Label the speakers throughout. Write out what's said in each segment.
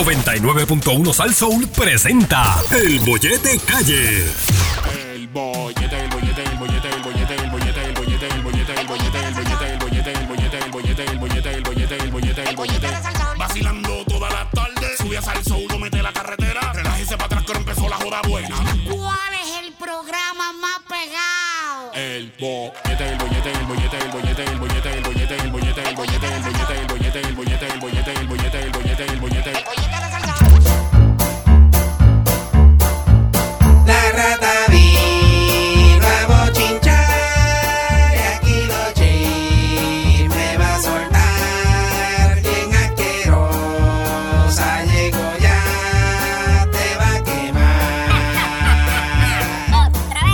Speaker 1: 99.1 Sal Soul presenta El Bollete Calle.
Speaker 2: El bollete, el bollete, el bollete, el bollete, el bollete, el bollete, el bollete, el bollete, el bollete, el bollete, el bollete, el bollete, el bollete, el bollete, el bollete, el bollete. Vacilando toda la tarde, subí a Salso, uno mete la carretera, relájese para atrás que ahora empezó la joda buena.
Speaker 3: ¿Cuál es el programa más pegado?
Speaker 2: El bollete, el bollete, el bollete, el bollete, el bollete, el bollete, el bollete, el bollete, el bollete, el bollete, el bollete, el bollete, el bollete, el bollete, el bollete.
Speaker 4: La rata vino a bochinchar y aquí los chismes va a soltar. Bien asquerosa llegó ya, te va a quemar.
Speaker 3: Otra vez.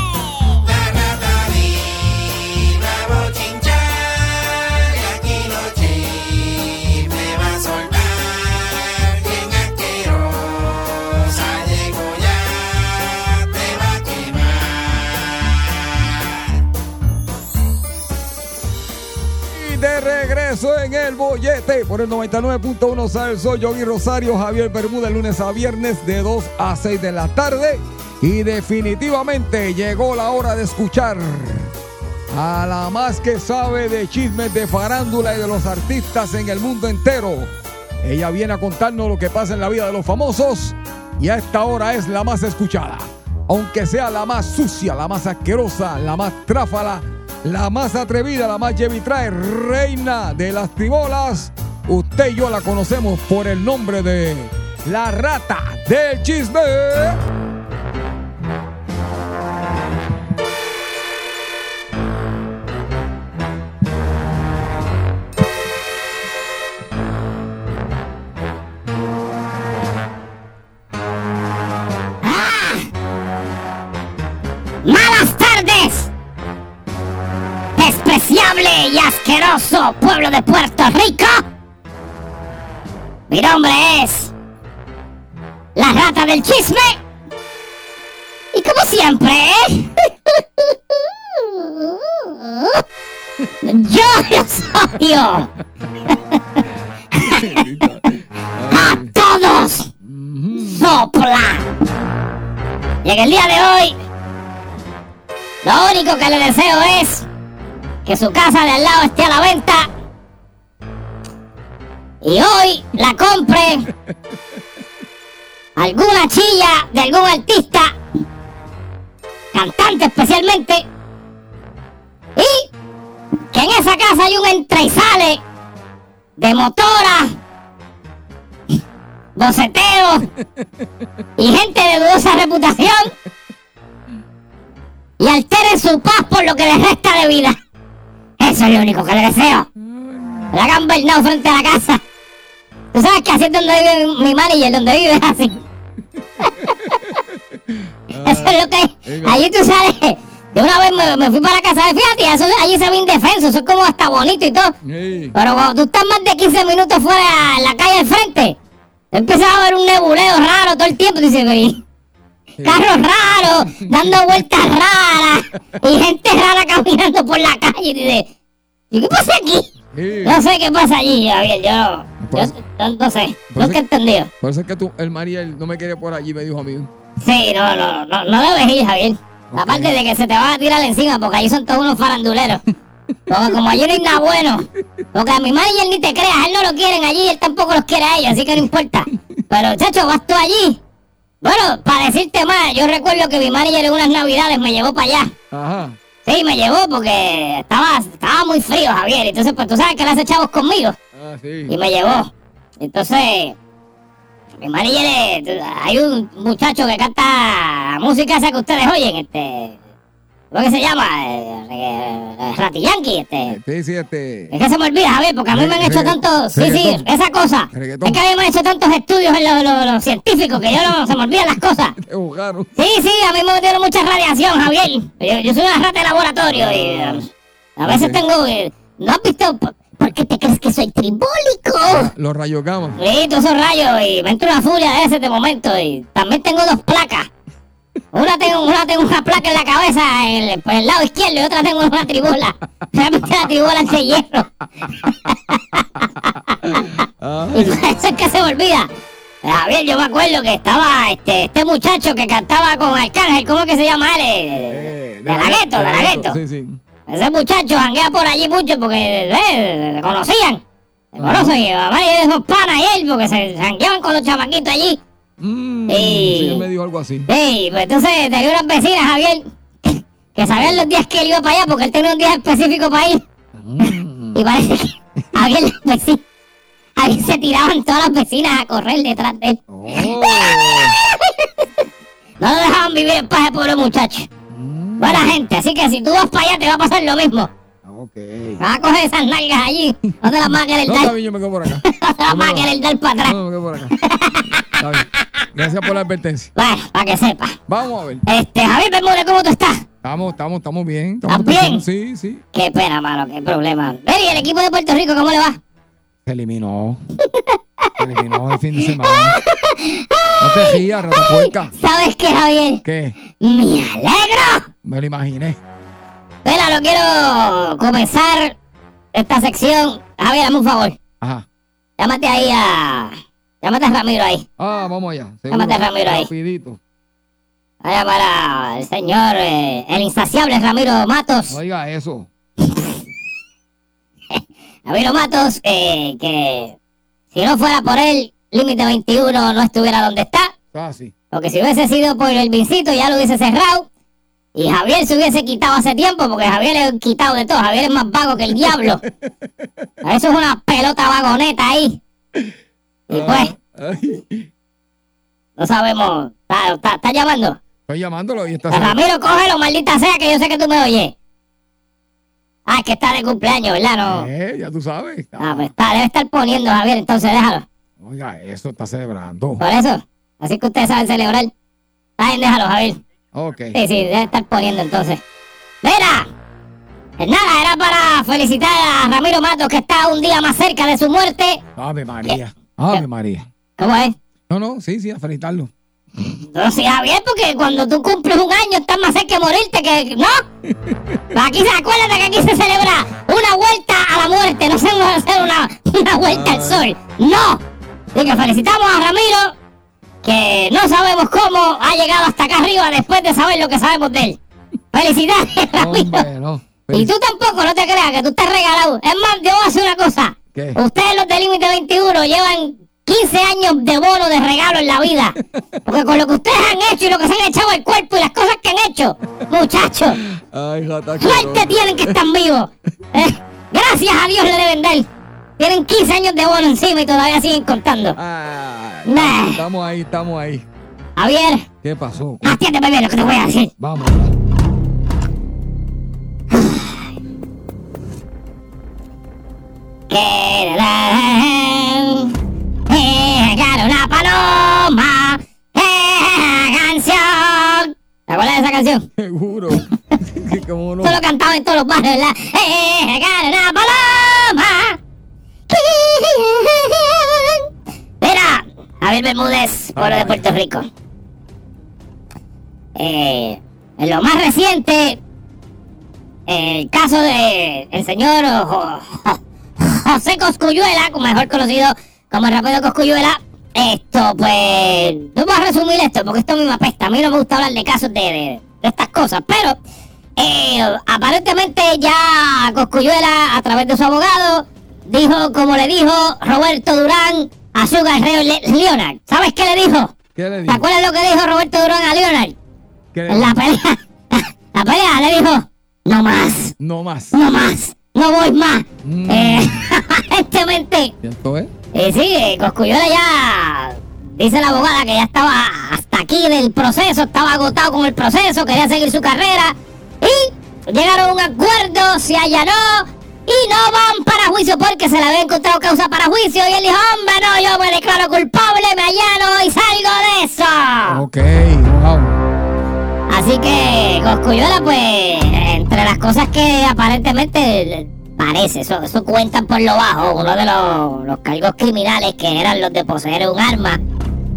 Speaker 4: La rata vino a bochinchar y aquí los chismes va a soltar. Bien asquerosa llegó ya, te va a quemar.
Speaker 5: Y de regreso en el bollete por el 99.1 Salso, Yogi Rosario, Javier Bermúdez, lunes a viernes de 2 a 6 de la tarde. Y definitivamente llegó la hora de escuchar a la más que sabe de chismes de farándula y de los artistas en el mundo entero. Ella viene a contarnos lo que pasa en la vida de los famosos y a esta hora es la más escuchada. Aunque sea la más sucia, la más asquerosa, la más tráfala, la más atrevida, la más llevitrae, reina de las tribolas, usted y yo la conocemos por el nombre de la rata del chisme.
Speaker 6: ¡Malas tardes! ¡Despreciable y asqueroso pueblo de Puerto Rico! Mi nombre es. La rata del chisme. Y como siempre, ¿eh? Yo los odio a todos. Sopla. Y en el día de hoy, lo único que le deseo es que su casa de al lado esté a la venta. Y hoy la compre alguna chilla de algún artista, cantante especialmente. Y que en esa casa hay un entra y sale de motora, boceteo y gente de dudosa reputación y alteren su paz por lo que les resta de vida. Eso es lo único que le deseo. La hagan Bernau frente a la casa. Tú sabes que así es donde vive mi- mi manager, donde vive es así. eso es lo que. Allí tú sales. De una vez me, me fui para la casa de Fíjate, y eso, allí se ve indefenso, eso es como hasta bonito y todo. Pero cuando tú estás más de 15 minutos fuera en la calle al frente, empiezas a ver un nebuleo raro todo el tiempo. Tú dices, "Pero, carros raros, dando vueltas raras, y gente rara caminando por la calle. Y dices, "¿Y qué pasa aquí? No sé qué pasa allí, Javier, yo, yo, yo no sé, nunca he entendido.
Speaker 5: Por eso es que tú, el Mariel no me quiere por allí, me dijo a mí.
Speaker 6: Sí, no, no, no, no debes ir, Javier. Aparte de que se te van a tirar encima, porque allí son todos unos faranduleros. Como, como allí no hay nada bueno. Porque a mi manager ni te creas, a él no lo quieren allí, él tampoco los quiere a ellos, así que no importa. Pero, chacho, vas tú allí. Bueno, para decirte más, yo recuerdo que mi manager en unas navidades me llevó para allá.
Speaker 5: Ajá.
Speaker 6: Sí, me llevó porque estaba, estaba muy frío, Javier. Entonces, pues tú sabes que le hace chavos conmigo
Speaker 5: Ah, sí.
Speaker 6: y me llevó. Entonces, mi manager, eh, hay un muchacho que canta música esa que ustedes oyen, este, lo que se llama, eh, eh, Ratillanqui, este.
Speaker 5: Sí, sí, este.
Speaker 6: Es que se me olvida, Javier, porque a mí me han hecho
Speaker 5: Reggaetón.
Speaker 6: tantos. Sí, sí,
Speaker 5: Reggaetón.
Speaker 6: esa cosa.
Speaker 5: Reggaetón.
Speaker 6: Es que a mí me han hecho tantos estudios en los científicos que yo no se me olvidan las cosas.
Speaker 5: Te buscaron.
Speaker 6: Sí, sí, a mí me dieron mucha radiación, Javier. Yo, yo soy una rata de laboratorio y
Speaker 5: Ah,
Speaker 6: um, a veces
Speaker 5: ok.
Speaker 6: tengo... eh, ¿No has visto por, por qué te crees que soy tribólico?
Speaker 5: Los rayos gamma.
Speaker 6: Sí, todos esos rayos y me entra una furia de ese de momento y también tengo dos placas. Una tengo, una tengo una placa en la cabeza, en el, por el lado izquierdo, y otra tengo una tribola. Realmente la tribola es de hierro.
Speaker 5: Ah,
Speaker 6: Y por eso es que se me olvida. Javier, yo me acuerdo que estaba este, este muchacho que cantaba con Arcángel, ¿cómo que se llama él? Eh, de la gueto, de la gueto.
Speaker 5: Sí, sí.
Speaker 6: Ese muchacho janguea por allí mucho porque eh, le conocían. Le conocen y mamá y esos panas y él porque se jangueaban con los chamaquitos allí.
Speaker 5: Mm,
Speaker 6: Sí.
Speaker 5: sí, él me dijo algo así.
Speaker 6: Sí, pues entonces tenía unas vecinas, Javier, que sabían los días que él iba para allá porque él tenía un día específico para ir.
Speaker 5: Mm.
Speaker 6: Y parece que Javier, las vecinas, Javier se tiraban todas las vecinas a correr detrás de él.
Speaker 5: Oh,
Speaker 6: No lo dejaban vivir en paz, el pobre muchacho.
Speaker 5: Mm.
Speaker 6: Buena gente, así que si tú vas para allá te va a pasar lo mismo.
Speaker 5: ok.
Speaker 6: Vas a coger esas nalgas allí, no te las vas a querer
Speaker 5: No,
Speaker 6: dar,
Speaker 5: está
Speaker 6: no
Speaker 5: bien, yo me quedo por acá.
Speaker 6: te las vas a querer dar para atrás.
Speaker 5: No, me quedo por acá. Está bien. Gracias por la advertencia.
Speaker 6: Bueno, para que sepas.
Speaker 5: Vamos a ver.
Speaker 6: Este, Javier Bermúdez, ¿cómo tú estás?
Speaker 5: Estamos, estamos, estamos bien. Estamos
Speaker 6: ¿Estás bien?
Speaker 5: Sí, sí.
Speaker 6: Qué pena, mano, qué problema. Ven, ¿y el equipo de Puerto Rico cómo le va?
Speaker 5: Se eliminó. Se eliminó el fin de semana. No te rías, ratapuerca.
Speaker 6: ¿Sabes qué, Javier?
Speaker 5: ¿Qué?
Speaker 6: ¡Me alegro!
Speaker 5: Me lo imaginé.
Speaker 6: Vela, no quiero comenzar esta sección. Javier, dame un favor.
Speaker 5: Ajá.
Speaker 6: Llámate ahí a... Llámate a Ramiro ahí.
Speaker 5: Ah, vamos allá.
Speaker 6: Llámate a Ramiro ahí.
Speaker 5: Rapidito.
Speaker 6: Va a llamar al señor, eh, el insaciable Ramiro Matos.
Speaker 5: No diga eso.
Speaker 6: Ramiro Matos, eh, que si no fuera por él, Límite 21 no estuviera donde está.
Speaker 5: Casi.
Speaker 6: Porque si hubiese sido por el vincito, ya lo hubiese cerrado. Y Javier se hubiese quitado hace tiempo, porque Javier es un quitado de todo. Javier es más vago que el diablo. Eso es una pelota vagoneta ahí. Y pues,
Speaker 5: Ay,
Speaker 6: no sabemos. Está, está- está llamando.
Speaker 5: Estoy llamándolo y está
Speaker 6: Ramiro, cógelo, maldita sea, que yo sé que tú me oyes. Ah, es que está de cumpleaños, ¿verdad? No.
Speaker 5: Eh, ya tú sabes.
Speaker 6: Ah, pues está, debe estar poniendo, Javier, entonces déjalo.
Speaker 5: Oiga, eso está celebrando.
Speaker 6: Por eso. Así que ustedes saben celebrar. Está bien, déjalo, Javier.
Speaker 5: Ok.
Speaker 6: Sí, sí, debe estar poniendo entonces. ¡Mira! Pues nada, era para felicitar a Ramiro Matos que está un día más cerca de su muerte.
Speaker 5: Ave María. Ave María.
Speaker 6: ¿Cómo es?
Speaker 5: No, no, sí, sí, a felicitarlo.
Speaker 6: No, sí, Javier, porque cuando tú cumples un año estás más cerca de morirte que... ¿No? Pues Aquí se acuérdate que aquí se celebra una vuelta a la muerte, no se va a hacer una, una vuelta al sol. ¡No! Así que felicitamos a Ramiro, que no sabemos cómo ha llegado hasta acá arriba después de saber lo que sabemos de él. ¡Felicidades, Ramiro!
Speaker 5: Hombre, no.
Speaker 6: Y tú tampoco, no te creas que tú estás regalado. Es más, yo voy a hacer una cosa.
Speaker 5: ¿Qué?
Speaker 6: Ustedes los de Límite 21 llevan 15 años de bono de regalo en la vida. Porque con lo que ustedes han hecho y lo que se han echado al cuerpo y las cosas que han hecho, muchachos,
Speaker 5: Ay, jata, que
Speaker 6: suerte
Speaker 5: no.
Speaker 6: tienen que están vivos. Eh, gracias a Dios le deben dar. Tienen 15 años de bono encima y todavía siguen contando.
Speaker 5: Ah,
Speaker 6: Nah.
Speaker 5: Estamos ahí, estamos ahí.
Speaker 6: Javier,
Speaker 5: ¿Qué pasó?
Speaker 6: atiéndeme bien lo que te voy a decir.
Speaker 5: Vamos.
Speaker 6: que llegar una paloma esa canción ¿Te acuerdas de esa canción?
Speaker 5: Seguro. que como no.
Speaker 6: Eso lo cantaba en todos los bares, ¿verdad? Llegar una paloma Mira, Javier Bermúdez, pueblo de Puerto Rico Eh, En lo más reciente El caso de El señor Jo- José Coscuyuela, mejor conocido como el rapero Coscuyuela. Esto, pues, no voy a resumir esto porque esto a mí me apesta. A mí no me gusta hablar de casos de, de- de estas cosas, pero eh, aparentemente ya Coscuyuela, a través de su abogado, dijo como le dijo Roberto Durán a Sugar Ray Le- Leonard. ¿Sabes qué le dijo?
Speaker 5: ¿Qué le
Speaker 6: ¿Te
Speaker 5: dijo?
Speaker 6: acuerdas lo que dijo Roberto Durán a Leonard?
Speaker 5: ¿Qué le
Speaker 6: En
Speaker 5: dijo?
Speaker 6: la pelea, la pelea le dijo, no más,
Speaker 5: No más.
Speaker 6: no más, no voy más.
Speaker 5: Mm.
Speaker 6: Eh, aparentemente...
Speaker 5: ¿Y esto es?
Speaker 6: Eh, sí, eh, Cosculluela ya. Dice la abogada que ya estaba hasta aquí del proceso, estaba agotado con el proceso, quería seguir su carrera. Y llegaron a un acuerdo, se allanó y no van para juicio porque se le había encontrado causa para juicio. Y él dijo: Hombre, no, yo me declaro culpable, me allano y salgo de eso.
Speaker 5: Ok, wow.
Speaker 6: Así que Cosculluela, pues, entre las cosas que aparentemente parece, eso, eso cuentan por lo bajo, uno de los, los cargos criminales que eran los de poseer un arma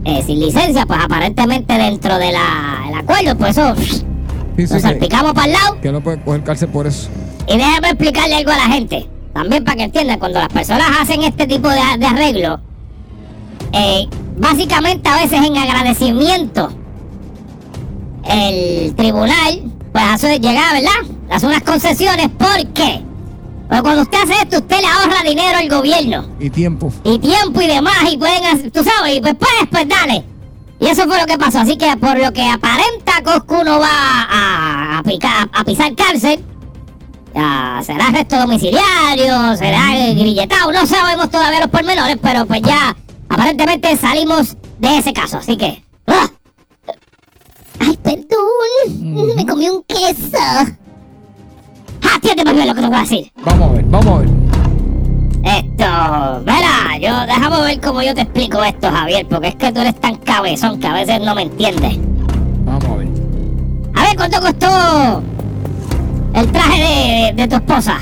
Speaker 6: eh, sin licencia, pues aparentemente dentro del acuerdo, pues eso,
Speaker 5: Dice
Speaker 6: nos
Speaker 5: que,
Speaker 6: salpicamos para el lado.
Speaker 5: que no puede coger cárcel por eso.
Speaker 6: Y déjame explicarle algo a la gente. También para que entiendan, cuando las personas hacen este tipo de, de arreglo, eh, básicamente a veces en agradecimiento, el tribunal pues hace llegar, ¿verdad? Hace unas concesiones porque pues, cuando usted hace esto, usted le ahorra dinero al gobierno
Speaker 5: Y tiempo.
Speaker 6: y tiempo y demás y pueden, hacer- tú sabes, y pues puedes, pues dale. Y eso fue lo que pasó, así que por lo que aparenta Coscu no va a, a pica- a pisar cárcel. Ya, será arresto domiciliario, será eh, grilletado, no sabemos todavía los pormenores, pero pues ya aparentemente salimos de ese caso, así que... ¡ah! ¡Ay, perdón! Me comí un queso. ¡Ah, tío, te me olvidó lo que te voy a decir!
Speaker 5: Vamos a ver, vamos a ver.
Speaker 6: Esto, mira, yo déjame ver cómo yo te explico esto, Javier, porque es que tú eres tan cabezón que a veces no me entiendes.
Speaker 5: Vamos a ver.
Speaker 6: A ver, ¿cuánto costó el traje de, de tu esposa?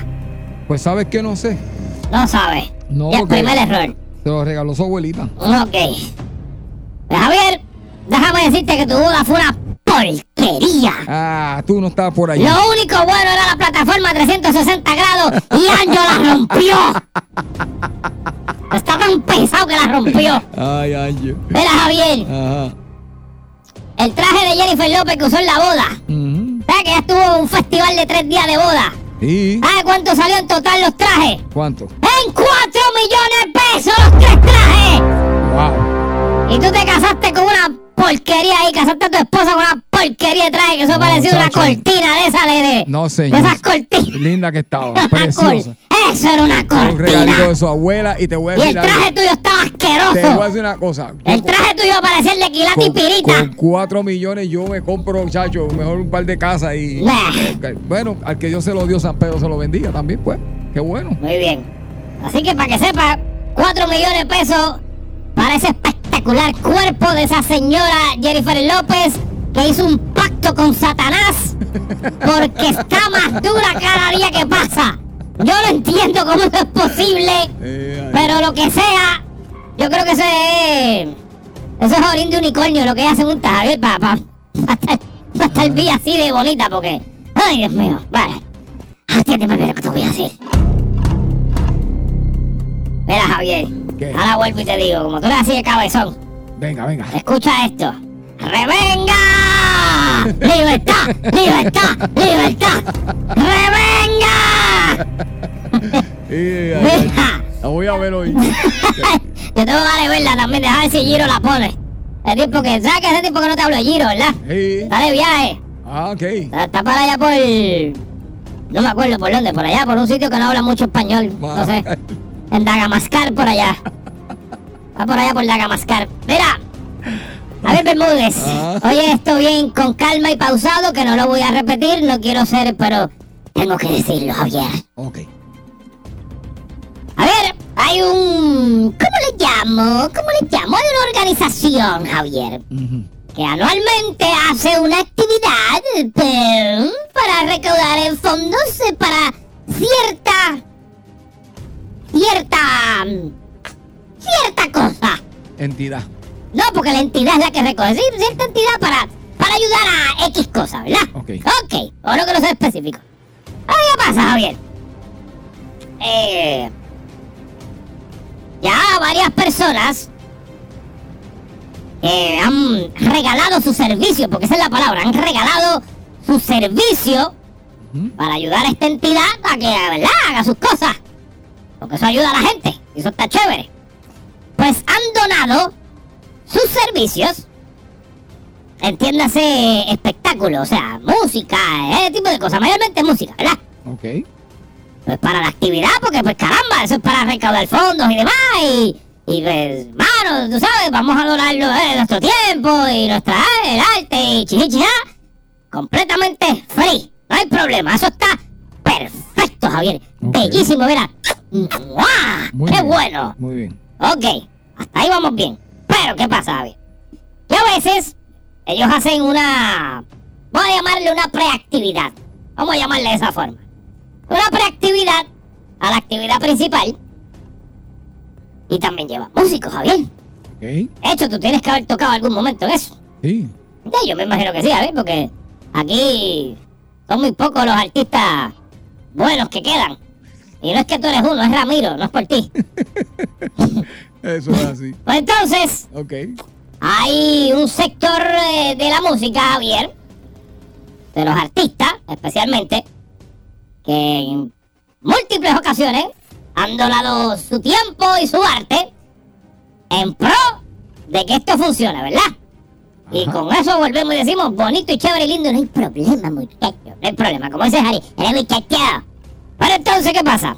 Speaker 5: Pues sabes que no sé.
Speaker 6: No sabes.
Speaker 5: No,
Speaker 6: y el
Speaker 5: porque-
Speaker 6: primer error.
Speaker 5: Se lo regaló su abuelita.
Speaker 6: Ok. Pues, Javier, déjame decirte que tu boda fue una porquería.
Speaker 5: Ah, tú no estabas por allí.
Speaker 6: Lo único bueno era la plataforma 360 grados y Anjo la rompió. Está tan pesado que la rompió.
Speaker 5: Ay, Anjo.
Speaker 6: Mira, Javier.
Speaker 5: Ajá.
Speaker 6: El traje de Jennifer López que usó en la boda.
Speaker 5: Ujú.
Speaker 6: ¿Sabes que ya estuvo un festival de tres días de boda?
Speaker 5: ¿Y
Speaker 6: ¿Sabes cuánto salió en total los trajes?
Speaker 5: cuánto?
Speaker 6: ¡En 4 millones de pesos los tres trajes!
Speaker 5: Wow.
Speaker 6: Y tú te casaste con una porquería ahí, casaste a tu esposa con una porquería de traje que eso
Speaker 5: No,
Speaker 6: parecía una
Speaker 5: chacho.
Speaker 6: cortina de esa de... de-
Speaker 5: No,
Speaker 6: de
Speaker 5: señor.
Speaker 6: esas cortinas.
Speaker 5: Linda que estaba.
Speaker 6: Una
Speaker 5: Preciosa.
Speaker 6: cor- Eso era una
Speaker 5: Un regalito de
Speaker 6: cortina.
Speaker 5: su abuela y te voy a
Speaker 6: Y el
Speaker 5: decir algo.
Speaker 6: traje tuyo estaba
Speaker 5: Te voy a
Speaker 6: asqueroso.
Speaker 5: decir una cosa. Yo
Speaker 6: El traje tuyo parecía el de Quilate y
Speaker 5: con,
Speaker 6: Pirita.
Speaker 5: con cuatro millones yo me compro, chacho, mejor un par de casas y...
Speaker 6: Nah.
Speaker 5: Ok, Bueno, al que Dios se lo dio, San Pedro se lo bendiga también, pues. Qué bueno.
Speaker 6: Muy bien. Así que para que sepa, 4 millones de pesos para ese espectacular cuerpo de esa señora Jennifer López que hizo un pacto con Satanás porque está más dura cada día que pasa. Yo no entiendo cómo eso es posible,
Speaker 5: Eh, ay,
Speaker 6: pero lo que sea, yo creo que eso es. Eso es orín de unicornio, lo que ella se junta, Javier, para pa, pa estar, pa estar bien así de bonita, porque. Ay, Dios mío, vale. Atiéndeme bien lo que te voy a decir. Mira, Javier.
Speaker 5: ¿Qué?
Speaker 6: Ahora vuelvo y te digo, como tú eres así de cabezón,
Speaker 5: Venga, venga.
Speaker 6: escucha esto. ¡Revenga! ¡Libertad! ¡Libertad! ¡Libertad! ¡Revenga!
Speaker 5: Eh, ay, ay.
Speaker 6: Mira,
Speaker 5: La voy a ver hoy.
Speaker 6: yo tengo ganas de verla también, deja ver si Giro la pone. El tipo que, ¿sabes que ese tipo que no te hablo de Giro, verdad?
Speaker 5: Sí.
Speaker 6: Está de viaje.
Speaker 5: Ah, ok.
Speaker 6: Está está para allá por. No me acuerdo por dónde, por allá, por un sitio que no habla mucho español. No sé. En Dagascar por allá. Va por allá por Dagascar. Mira. A ver, Bermúdez.
Speaker 5: Ah.
Speaker 6: Oye, esto bien con calma y pausado, que no lo voy a repetir, no quiero ser, pero tengo que decirlo, Javier.
Speaker 5: Ok.
Speaker 6: A ver, hay un... ¿Cómo le llamo? ¿Cómo le llamo? Hay una organización, Javier,
Speaker 5: Ujú.
Speaker 6: que anualmente hace una actividad eh, para recaudar eh, fondos eh, para cierta... cierta... mm, cierta cosa.
Speaker 5: Entidad.
Speaker 6: No, porque la entidad es la que recoge. Sí, cierta entidad para, para ayudar a X cosa, ¿verdad?
Speaker 5: Ok.
Speaker 6: Ok, o no que no sea específico. Ahora, ¿qué pasa, Javier? Eh, ya varias personas eh, han regalado su servicio, porque esa es la palabra, han regalado su servicio para ayudar a esta entidad a que, ¿verdad?, haga sus cosas. Porque eso ayuda a la gente, y eso está chévere. Pues han donado sus servicios, entiéndase espectáculo, o sea, música, eh, ese tipo de cosas, mayormente música, ¿verdad?
Speaker 5: Ok.
Speaker 6: Pues para la actividad, porque pues caramba, eso es para recaudar fondos y demás, y, y pues, mano, tú sabes, vamos a donarlo eh, nuestro tiempo y nuestra eh, el arte y chichichá, completamente free, no hay problema, eso está perfecto, Javier,
Speaker 5: Ok.
Speaker 6: bellísimo, mira, ¡Mua!
Speaker 5: Muy
Speaker 6: qué
Speaker 5: bien.
Speaker 6: bueno.
Speaker 5: Muy bien.
Speaker 6: Ok, hasta ahí vamos bien. Pero, ¿qué pasa, Javi? Que a veces ellos hacen una... Voy a llamarle una preactividad. Vamos a llamarle de esa forma. Una preactividad a la actividad principal. Y también lleva músicos, Javier.
Speaker 5: Ok.
Speaker 6: De hecho, tú tienes que haber tocado algún momento en eso.
Speaker 5: Sí.
Speaker 6: Ya, yo me imagino que sí, Javier, porque aquí son muy pocos los artistas buenos que quedan. Y no es que tú eres uno, es Ramiro, no es por ti.
Speaker 5: Eso es así.
Speaker 6: Pues entonces,
Speaker 5: Ok.
Speaker 6: hay un sector eh, de la música, Javier, de los artistas especialmente, que en múltiples ocasiones han donado su tiempo y su arte en pro de que esto funcione, ¿verdad? Y
Speaker 5: Ajá.
Speaker 6: con eso volvemos y decimos bonito y chévere y lindo, no hay problema, muchacho, no hay problema. Como dice Harry, eres muy chateado. Pero entonces, ¿qué pasa?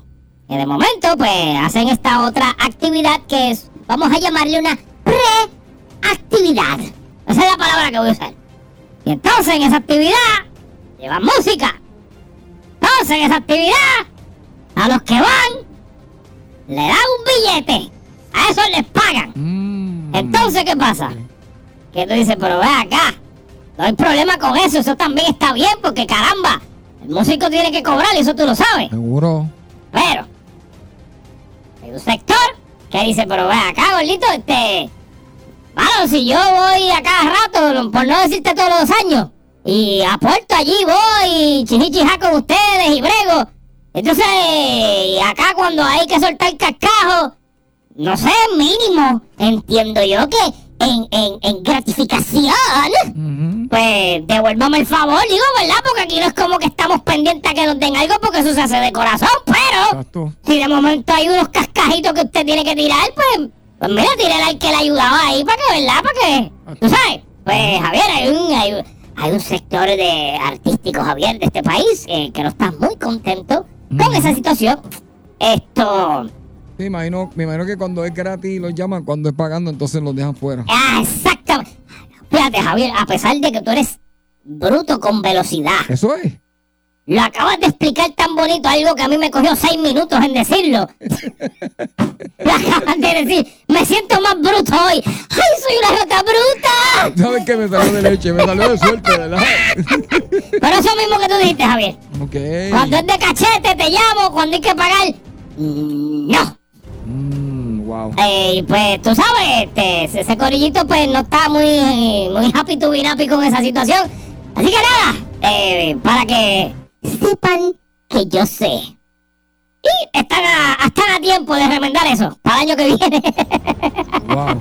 Speaker 6: Que de momento, pues, hacen esta otra actividad que es, vamos a llamarle una pre-actividad. Esa es la palabra que voy a usar. Y entonces, en esa actividad, llevan música. Entonces, en esa actividad, a los que van, le dan un billete. A esos les pagan.
Speaker 5: Mm.
Speaker 6: Entonces, ¿qué pasa? Que tú dices, pero ve acá, no hay problema con eso, eso también está bien, porque caramba, el músico tiene que cobrar, y eso tú lo sabes.
Speaker 5: Seguro.
Speaker 6: Pero, hay un sector que dice, pero ve acá, gordito, este. Bueno, si yo voy a cada rato, por no decirte todos los años, y aporto allí, voy, y chichichijá con ustedes, y brego. Entonces, y acá cuando hay que soltar cascajo, no sé, mínimo, entiendo yo que en, en, en gratificación,
Speaker 5: Ujú.
Speaker 6: pues devuélvame el favor, digo, ¿verdad? Porque aquí no es como que estamos pendientes a que nos den algo, porque eso se hace de corazón, pero...
Speaker 5: Exacto.
Speaker 6: Si de momento hay unos cascajitos que usted tiene que tirar, pues, pues mira, tírale al que le ayudaba ahí para que, ¿verdad? Para que. ¿Tú sabes? Pues Javier, hay un, hay, un- hay un sector de artísticos, Javier, de este país, eh, que no está muy contento con esa situación. Esto.
Speaker 5: Sí, imagino, me imagino que cuando es gratis los llaman, cuando es pagando, entonces los dejan fuera.
Speaker 6: ah, Exactamente. Fíjate, Javier, a pesar de que tú eres bruto con velocidad,
Speaker 5: Eso es.
Speaker 6: lo acabas de explicar tan bonito algo que a mí me cogió seis minutos en decirlo. Lo acabas de decir, me siento más bruto hoy. ¡Ay, soy una rata bruta!
Speaker 5: ¿Sabes qué? Me salió de leche, me salió de suerte, ¿verdad?
Speaker 6: Pero eso mismo que tú dijiste, Javier. Cuando
Speaker 5: ok.
Speaker 6: es de cachete te llamo, cuando hay que pagar. mm, No.
Speaker 5: Mm, wow.
Speaker 6: Eh, y pues tú sabes, este, ese- ese corillito pues no está muy, muy happy to be happy con esa situación. Así que nada, eh, para que sepan que yo sé. Y están a, están a tiempo de remendar eso, para el año que viene.
Speaker 5: Wow.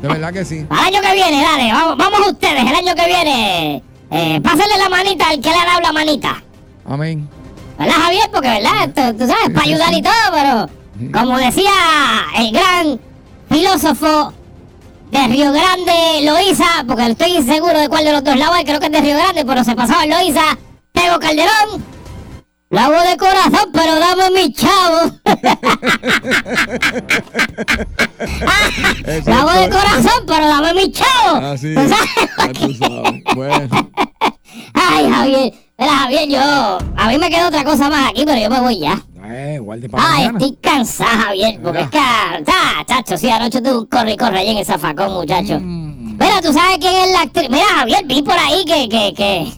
Speaker 5: De verdad que sí.
Speaker 6: para el año que viene, dale, vamos, vamos ustedes, el año que viene. Eh, pásenle la manita al que le ha dado la manita.
Speaker 5: Amén.
Speaker 6: ¿Verdad, Javier? Porque, ¿verdad? Esto, tú sabes, para ayudar y todo, pero como decía el gran filósofo de Río Grande, Loíza, porque estoy inseguro de cuál de los dos lados, es, creo que es de Río Grande, pero se pasaba en Loíza, Tego Calderón. Lo hago de corazón, pero dame mi chavo.
Speaker 5: Eso
Speaker 6: Lo hago de
Speaker 5: es.
Speaker 6: corazón, pero dame mi chavo.
Speaker 5: Así
Speaker 6: ¿Tú
Speaker 5: es.
Speaker 6: sabes?
Speaker 5: Ya tú sabes. Bueno.
Speaker 6: Ay, Javier. Mira, Javier, yo... A mí me queda otra cosa más aquí, pero yo me voy ya.
Speaker 5: Eh, igual de para
Speaker 6: Ay,
Speaker 5: mañana.
Speaker 6: estoy cansada, Javier, porque es que, ah, chacho, sí, anoche tuve un corre y corre ahí en el zafacón, muchacho.
Speaker 5: Mm.
Speaker 6: Mira, tú sabes quién es la actriz. Mira, Javier, vi por ahí que, que, que.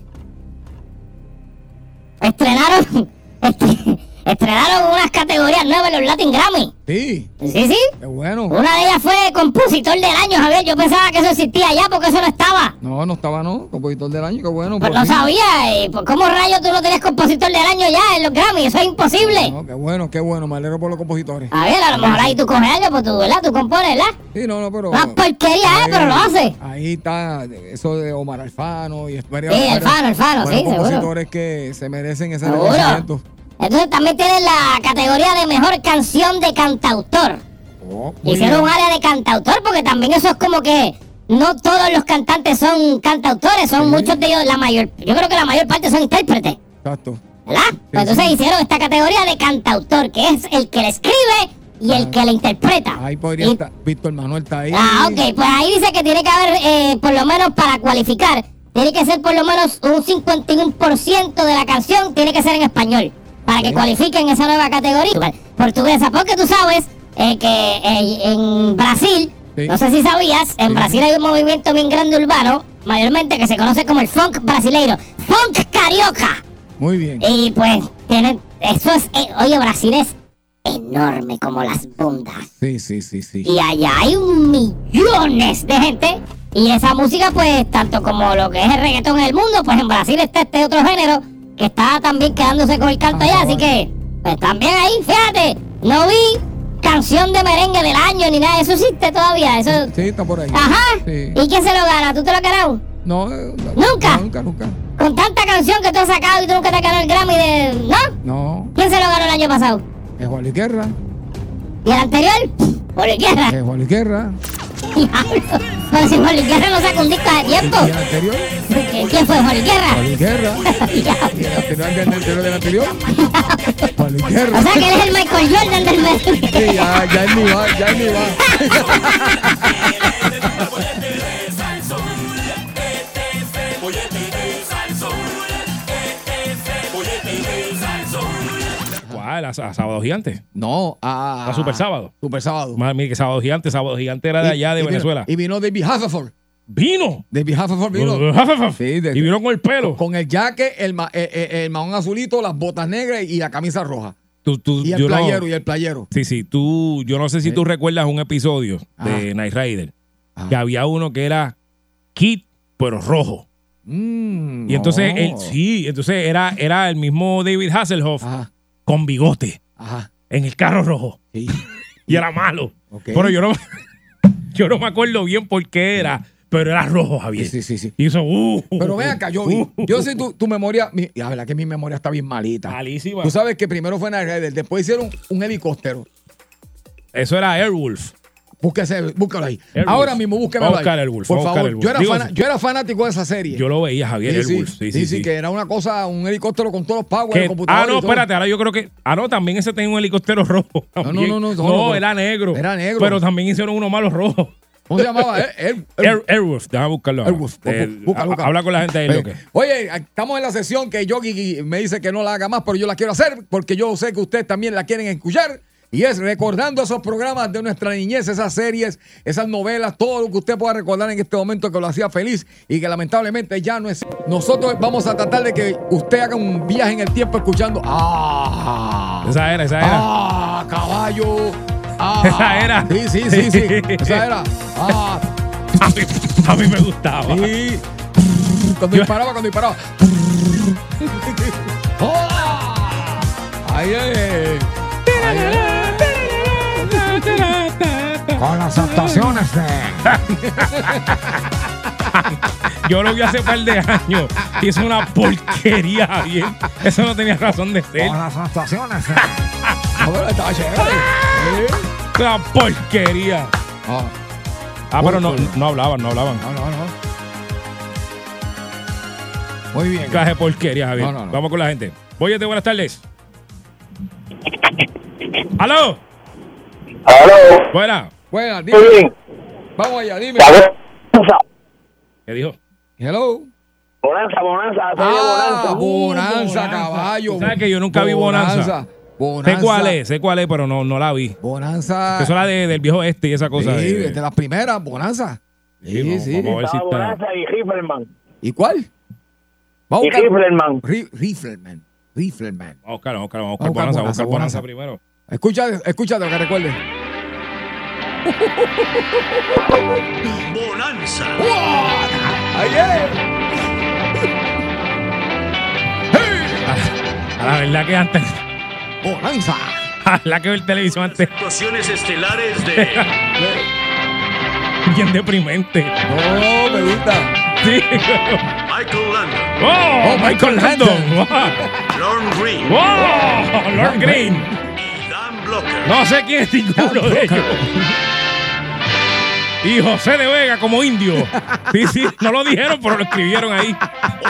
Speaker 6: Estrenaron. estre- Estrenaron unas categorías nuevas en los Latin Grammy.
Speaker 5: Sí,
Speaker 6: Sí, sí.
Speaker 5: qué bueno.
Speaker 6: Una de ellas fue compositor del año, Javier. Yo pensaba que eso existía ya porque eso no estaba.
Speaker 5: No, no estaba, no. Compositor del año, qué bueno.
Speaker 6: Pues
Speaker 5: por
Speaker 6: no
Speaker 5: fin.
Speaker 6: sabía. ¿Y por ¿Cómo rayos tú no tenías compositor del año ya en los Grammy? Eso es imposible.
Speaker 5: No, qué bueno, qué bueno. Me alegro por los compositores.
Speaker 6: Javier, a lo mejor ahí tú coges algo, pues tú, ¿verdad? Tú compones, ¿verdad?
Speaker 5: Sí, no, no, pero.
Speaker 6: Una porquería, eh, pero lo hace.
Speaker 5: Ahí está eso de Omar Alfano y varios,
Speaker 6: Sí,
Speaker 5: varios-
Speaker 6: Alfano, Alfano,
Speaker 5: varios
Speaker 6: sí, seguro.
Speaker 5: compositores que se merecen ese
Speaker 6: Seguro.
Speaker 5: reconocimiento.
Speaker 6: Entonces también tienen la categoría de mejor canción de cantautor.
Speaker 5: Oh, muy
Speaker 6: Hicieron un
Speaker 5: bien.
Speaker 6: área de cantautor porque también eso es como que no todos los cantantes son cantautores, son muchos de ellos, la mayor, yo creo que la mayor parte son intérpretes,
Speaker 5: Exacto.
Speaker 6: ¿verdad? Pues entonces hicieron esta categoría de cantautor, que es el que le escribe y el que le interpreta.
Speaker 5: Ahí podría
Speaker 6: Y-
Speaker 5: estar. Víctor Manuel está ahí.
Speaker 6: Ah, ok, pues ahí dice que tiene que haber, eh, por lo menos para cualificar, tiene que ser por lo menos un 51% de la canción, tiene que ser en español, para que
Speaker 5: Ok.
Speaker 6: cualifiquen esa nueva categoría portuguesa, porque tú sabes eh, que eh, en Brasil,
Speaker 5: Sí.
Speaker 6: no sé si sabías, en
Speaker 5: Sí.
Speaker 6: Brasil hay un movimiento bien grande urbano, mayormente que se conoce como el funk brasileiro, funk carioca.
Speaker 5: Muy bien.
Speaker 6: Y pues, tienen, eso es, eh, oye, Brasil es enorme como las bundas.
Speaker 5: Sí, sí, sí, sí.
Speaker 6: Y allá hay millones de gente. Y esa música, pues, tanto como lo que es el reggaetón en el mundo, pues en Brasil está este otro género que está también quedándose con el
Speaker 5: Ah,
Speaker 6: canto allá.
Speaker 5: bueno.
Speaker 6: Así que, pues también ahí, fíjate, no vi canción de merengue del año ni nada. Eso existe todavía. Eso...
Speaker 5: Sí, está por ahí.
Speaker 6: Ajá.
Speaker 5: Sí.
Speaker 6: ¿Y quién se lo gana? ¿Tú te lo has ganado?
Speaker 5: No, eh, no,
Speaker 6: ¿Nunca?
Speaker 5: no, Nunca, nunca.
Speaker 6: Con tanta canción que tú has sacado y tú nunca te has ganado el Grammy de... ¿No?
Speaker 5: No,
Speaker 6: ¿Quién se lo ganó el año pasado?
Speaker 5: es Juan Liguerra,
Speaker 6: ¿Y el anterior? Por la izquierda.
Speaker 5: es Juan Liguerra.
Speaker 6: Diablo. Pero si Juan Guerra no saca un disco de
Speaker 5: Y
Speaker 6: tiempo.
Speaker 5: el anterior,
Speaker 6: ¿Qui- ¿Quién fue Juan Guerra?
Speaker 5: Juan Liguerra. Y el anterior del anterior del anterior, Juan Liguerra.
Speaker 6: O sea que eres el Michael Jordan del
Speaker 5: Sí,
Speaker 6: merengue.
Speaker 5: ya, ya ni va, ya ni va.
Speaker 7: ¿Cuál? A, a Sábado Gigante.
Speaker 5: No, a.
Speaker 7: A Super Sábado.
Speaker 5: Super Sábado.
Speaker 7: Madre mía, que Sábado Gigante. Sábado Gigante era de allá,
Speaker 5: Ah. Uh. Y- y
Speaker 7: de
Speaker 5: vino-
Speaker 7: Venezuela.
Speaker 5: Y vino David Hasselhoff.
Speaker 7: Vino.
Speaker 5: David Hasselhoff vino.
Speaker 7: Uh.
Speaker 5: Sí, de-
Speaker 7: Y vino con el pelo.
Speaker 5: Con el jaque, el, ma- eh, eh, el mahón azulito, las botas negras y la camisa roja.
Speaker 7: Tú- tú-
Speaker 5: Y el
Speaker 7: yo no-
Speaker 5: playero, y el playero.
Speaker 7: Sí, sí, tú, yo no sé si tú recuerdas un episodio
Speaker 5: Ajá.
Speaker 7: de Night Rider,
Speaker 5: Ajá.
Speaker 7: que había uno que era Kit, pero rojo.
Speaker 5: Mm,
Speaker 7: Y entonces,
Speaker 5: no.
Speaker 7: él, sí, entonces era, era el mismo David Hasselhoff
Speaker 5: Ajá,
Speaker 7: con bigote
Speaker 5: ajá.
Speaker 7: en el carro rojo.
Speaker 5: Sí.
Speaker 7: Y era malo.
Speaker 5: Ok.
Speaker 7: Pero yo no, yo no me acuerdo bien por qué era, pero era rojo, Javier.
Speaker 5: Sí, sí, sí.
Speaker 7: Y eso, uh,
Speaker 5: Pero ven acá, yo vi. Yo sé tu, tu memoria. Mi, la verdad que mi memoria está bien malita.
Speaker 7: malísima.
Speaker 5: Tú sabes que primero fue Night Rider, después hicieron un helicóptero.
Speaker 7: Eso era Airwolf.
Speaker 5: Búsquese, búscalo ahí.
Speaker 7: Airwolf.
Speaker 5: Ahora mismo búsqueme
Speaker 7: Vamos a buscar Airwolf,
Speaker 5: Por
Speaker 7: vamos a buscar
Speaker 5: favor,
Speaker 7: Airwolf.
Speaker 5: yo era,
Speaker 7: Digo,
Speaker 5: fana- yo era fanático de esa serie.
Speaker 7: Yo lo veía, Javier,
Speaker 5: Sí, sí,
Speaker 7: Airwolf. Sí, sí, sí.
Speaker 5: que era una cosa, un helicóptero con todos los powers,
Speaker 7: Que-
Speaker 5: el
Speaker 7: ah,
Speaker 5: computador y
Speaker 7: no,
Speaker 5: todo.
Speaker 7: espérate, ahora yo creo que. Ah, no, también ese tenía un helicóptero rojo. también.
Speaker 5: no, no, no,
Speaker 7: No,
Speaker 5: no,
Speaker 7: era negro.
Speaker 5: era negro.
Speaker 7: Pero también hicieron uno malo rojo.
Speaker 5: ¿Cómo se llamaba? Eh, Air- Air-
Speaker 7: Air, Airwolf, déjame buscarlo. ahora.
Speaker 5: Airwolf, bu- bu-
Speaker 7: Eh,
Speaker 5: pues, busca,
Speaker 7: ha-
Speaker 5: busca.
Speaker 7: Habla con la gente ahí,
Speaker 5: Eh,
Speaker 7: lo que.
Speaker 5: Oye, estamos en la sesión que Yogi me dice que no la haga más, pero yo la quiero hacer porque yo sé que ustedes también la quieren escuchar. Y es recordando esos programas de nuestra niñez, esas series, esas novelas, todo lo que usted pueda recordar en este momento que lo hacía feliz y que lamentablemente ya no es. Nosotros vamos a tratar de que usted haga un viaje en el tiempo escuchando. ¡Ah!
Speaker 7: Esa era, esa era.
Speaker 5: ¡Ah, caballo! ¡Ah!
Speaker 7: Esa era.
Speaker 5: Sí, sí, sí, sí. Esa era. ¡Ah!
Speaker 7: A, mí, a mí me gustaba.
Speaker 5: Sí. Cuando disparaba, cuando disparaba. ¡Hola! Ahí es. Con las actuaciones de.
Speaker 7: Yo lo vi hace par de años. Y es una porquería, Javier. Eso no tenía razón de ser.
Speaker 5: las actuaciones de. Ah, estaba
Speaker 7: Ah.
Speaker 5: chévere. Sí.
Speaker 7: Una porquería.
Speaker 5: Ah,
Speaker 7: Ah, pero no, no hablaban, no hablaban.
Speaker 5: no, no, no. Muy bien.
Speaker 7: Clase de porquería, Javier.
Speaker 5: No, no, no.
Speaker 7: Vamos con la gente. Óyete, buenas tardes. ¡Aló!
Speaker 8: Aló,
Speaker 7: Buena.
Speaker 5: Buenas, dime.
Speaker 8: muy bien.
Speaker 5: Vamos allá, dime.
Speaker 8: Bonanza,
Speaker 7: ¿Qué dijo?
Speaker 5: Hello.
Speaker 8: bonanza, bonanza, soy de
Speaker 5: Ah,
Speaker 8: bonanza.
Speaker 5: bonanza,
Speaker 7: Uh, Bonanza.
Speaker 5: caballo.
Speaker 7: Tú sabes que yo nunca vi Bonanza.
Speaker 5: Bonanza.
Speaker 7: Sé cuál es, sé cuál es, pero no, no la vi.
Speaker 5: Bonanza.
Speaker 7: Eso era de- del viejo este y esa cosa.
Speaker 5: sí,
Speaker 7: de-
Speaker 5: de, las primeras, Bonanza. Sí,
Speaker 7: Sí,
Speaker 5: sí.
Speaker 7: vamos a ver si
Speaker 8: Estaba
Speaker 7: está.
Speaker 8: bonanza y Riffelman.
Speaker 5: ¿Y cuál? Vamos
Speaker 8: Y Riffelman.
Speaker 5: Rifleman. Rifleman.
Speaker 7: Vamos a buscar, vamos a buscar, vamos a
Speaker 5: Vamos a
Speaker 7: buscar bonanza, vamos a
Speaker 5: buscar
Speaker 7: buscar bonanza
Speaker 5: bonanza.
Speaker 7: primero.
Speaker 5: Escucha, escúchate lo que recuerdes.
Speaker 2: Bonanza.
Speaker 5: ¡Ahí es!
Speaker 7: A la verdad que antes,
Speaker 5: ¡Bonanza!
Speaker 7: a la que ver televisión antes,
Speaker 2: Actuaciones estelares de
Speaker 7: bien deprimente.
Speaker 5: No, me gusta.
Speaker 7: Sí.
Speaker 2: Michael Landon,
Speaker 7: ¡Oh! Michael Landon.
Speaker 2: Lorne Green,
Speaker 7: ¡Wow! Lord Green.
Speaker 2: Dan Blocker.
Speaker 7: No sé quién es ninguno de ellos. Y José de Vega como indio. Sí, sí, no lo dijeron, pero lo escribieron ahí.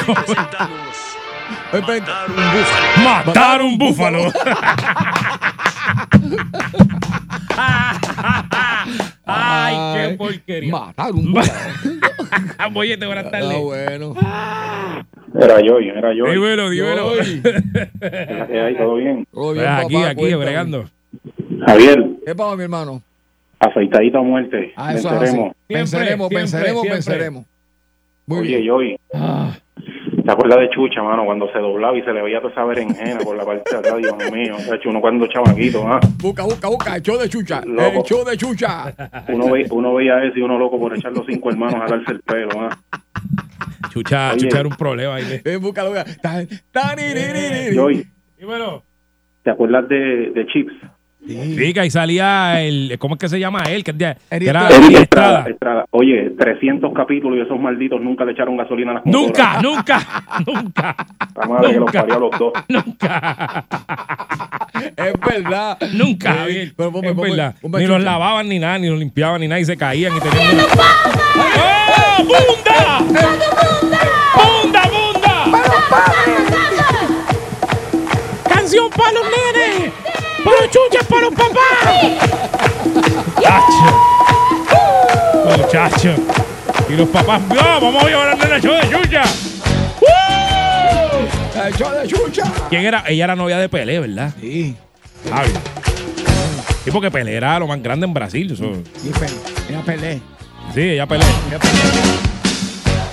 Speaker 2: Hoy presentamos
Speaker 5: Ven, ven.
Speaker 2: Dar un búfalo.
Speaker 7: Matar un búfalo. Ay, qué porquería.
Speaker 5: Matar un búfalo.
Speaker 7: Boyete, buenas
Speaker 5: Ah,
Speaker 7: tardes.
Speaker 5: bueno.
Speaker 7: Pues
Speaker 8: Era yo, era yo.
Speaker 7: Dímelo, dímelo.
Speaker 5: Oy.
Speaker 8: ¿Qué hay? Eh, ¿Todo bien?
Speaker 5: Todo bien,
Speaker 7: Pues aquí,
Speaker 5: papá,
Speaker 7: aquí,
Speaker 5: cuéntame.
Speaker 7: bregando.
Speaker 8: Javier,
Speaker 5: ¿Qué pasa, mi hermano?
Speaker 8: aceitadita muerte.
Speaker 5: Ah, eso es así. Pensaremos,
Speaker 7: siempre,
Speaker 5: pensaremos,
Speaker 7: siempre.
Speaker 5: pensaremos. Muy
Speaker 8: Oye,
Speaker 5: bien. Ah.
Speaker 8: Joey, ¿te acuerdas de Chucha, mano? Cuando se doblaba y se le veía toda esa berenjena por la parte de atrás, Dios mío. O sea, uno cuando chavaquito, ¿ah?
Speaker 5: Busca, busca, busca. El show de chucha.
Speaker 8: Loco.
Speaker 5: El show de chucha.
Speaker 8: Uno, ve, uno veía eso y uno loco por echar los cinco hermanos a darse el pelo, ¿ah?
Speaker 7: Chucha,
Speaker 8: Oye.
Speaker 7: chucha era un problema ahí.
Speaker 5: Eh, búscalo, búscalo. Tan, tan, ri, ri, ri, ri.
Speaker 8: Joey,
Speaker 7: Dímelo.
Speaker 8: ¿te acuerdas de, de Chips?
Speaker 7: Chica, y salía el. ¿Cómo es que se llama él? Que, es de- que era
Speaker 8: Eric
Speaker 7: Estrada.
Speaker 8: Estrada, Estrada. Oye, 300 capítulos y esos malditos nunca le echaron gasolina a las
Speaker 7: Nunca,
Speaker 8: motoras.
Speaker 7: nunca, nunca,
Speaker 8: La madre que los
Speaker 7: nunca.
Speaker 8: parió a los dos.
Speaker 7: nunca,
Speaker 5: Es verdad.
Speaker 7: nunca,
Speaker 5: Sí,
Speaker 7: Javier.
Speaker 5: pero ponme-
Speaker 7: Es
Speaker 5: ponme-
Speaker 7: verdad.
Speaker 5: ponme
Speaker 7: Ni los
Speaker 5: chucha.
Speaker 7: lavaban ni nada, ni los limpiaban ni nada y se caían y tenían. ¡Oh, bunda! ¡Bunda, bunda! ¡Canción para los nenes! ¡Para los chuchas, para los papás! ¡Chacho! ¡Muchacho! Y los papás, ¡Ah, vamos a llevar al nene al show de chucha! ¡Uh!
Speaker 5: El show de chucha.
Speaker 7: ¿Quién era? Ella era novia de Pelé, ¿verdad?
Speaker 5: Sí.
Speaker 7: Javi. Sí, porque Pelé era lo más grande en Brasil. eso.
Speaker 5: Y Pelé. Mira Pelé.
Speaker 7: Sí, ella Pelé.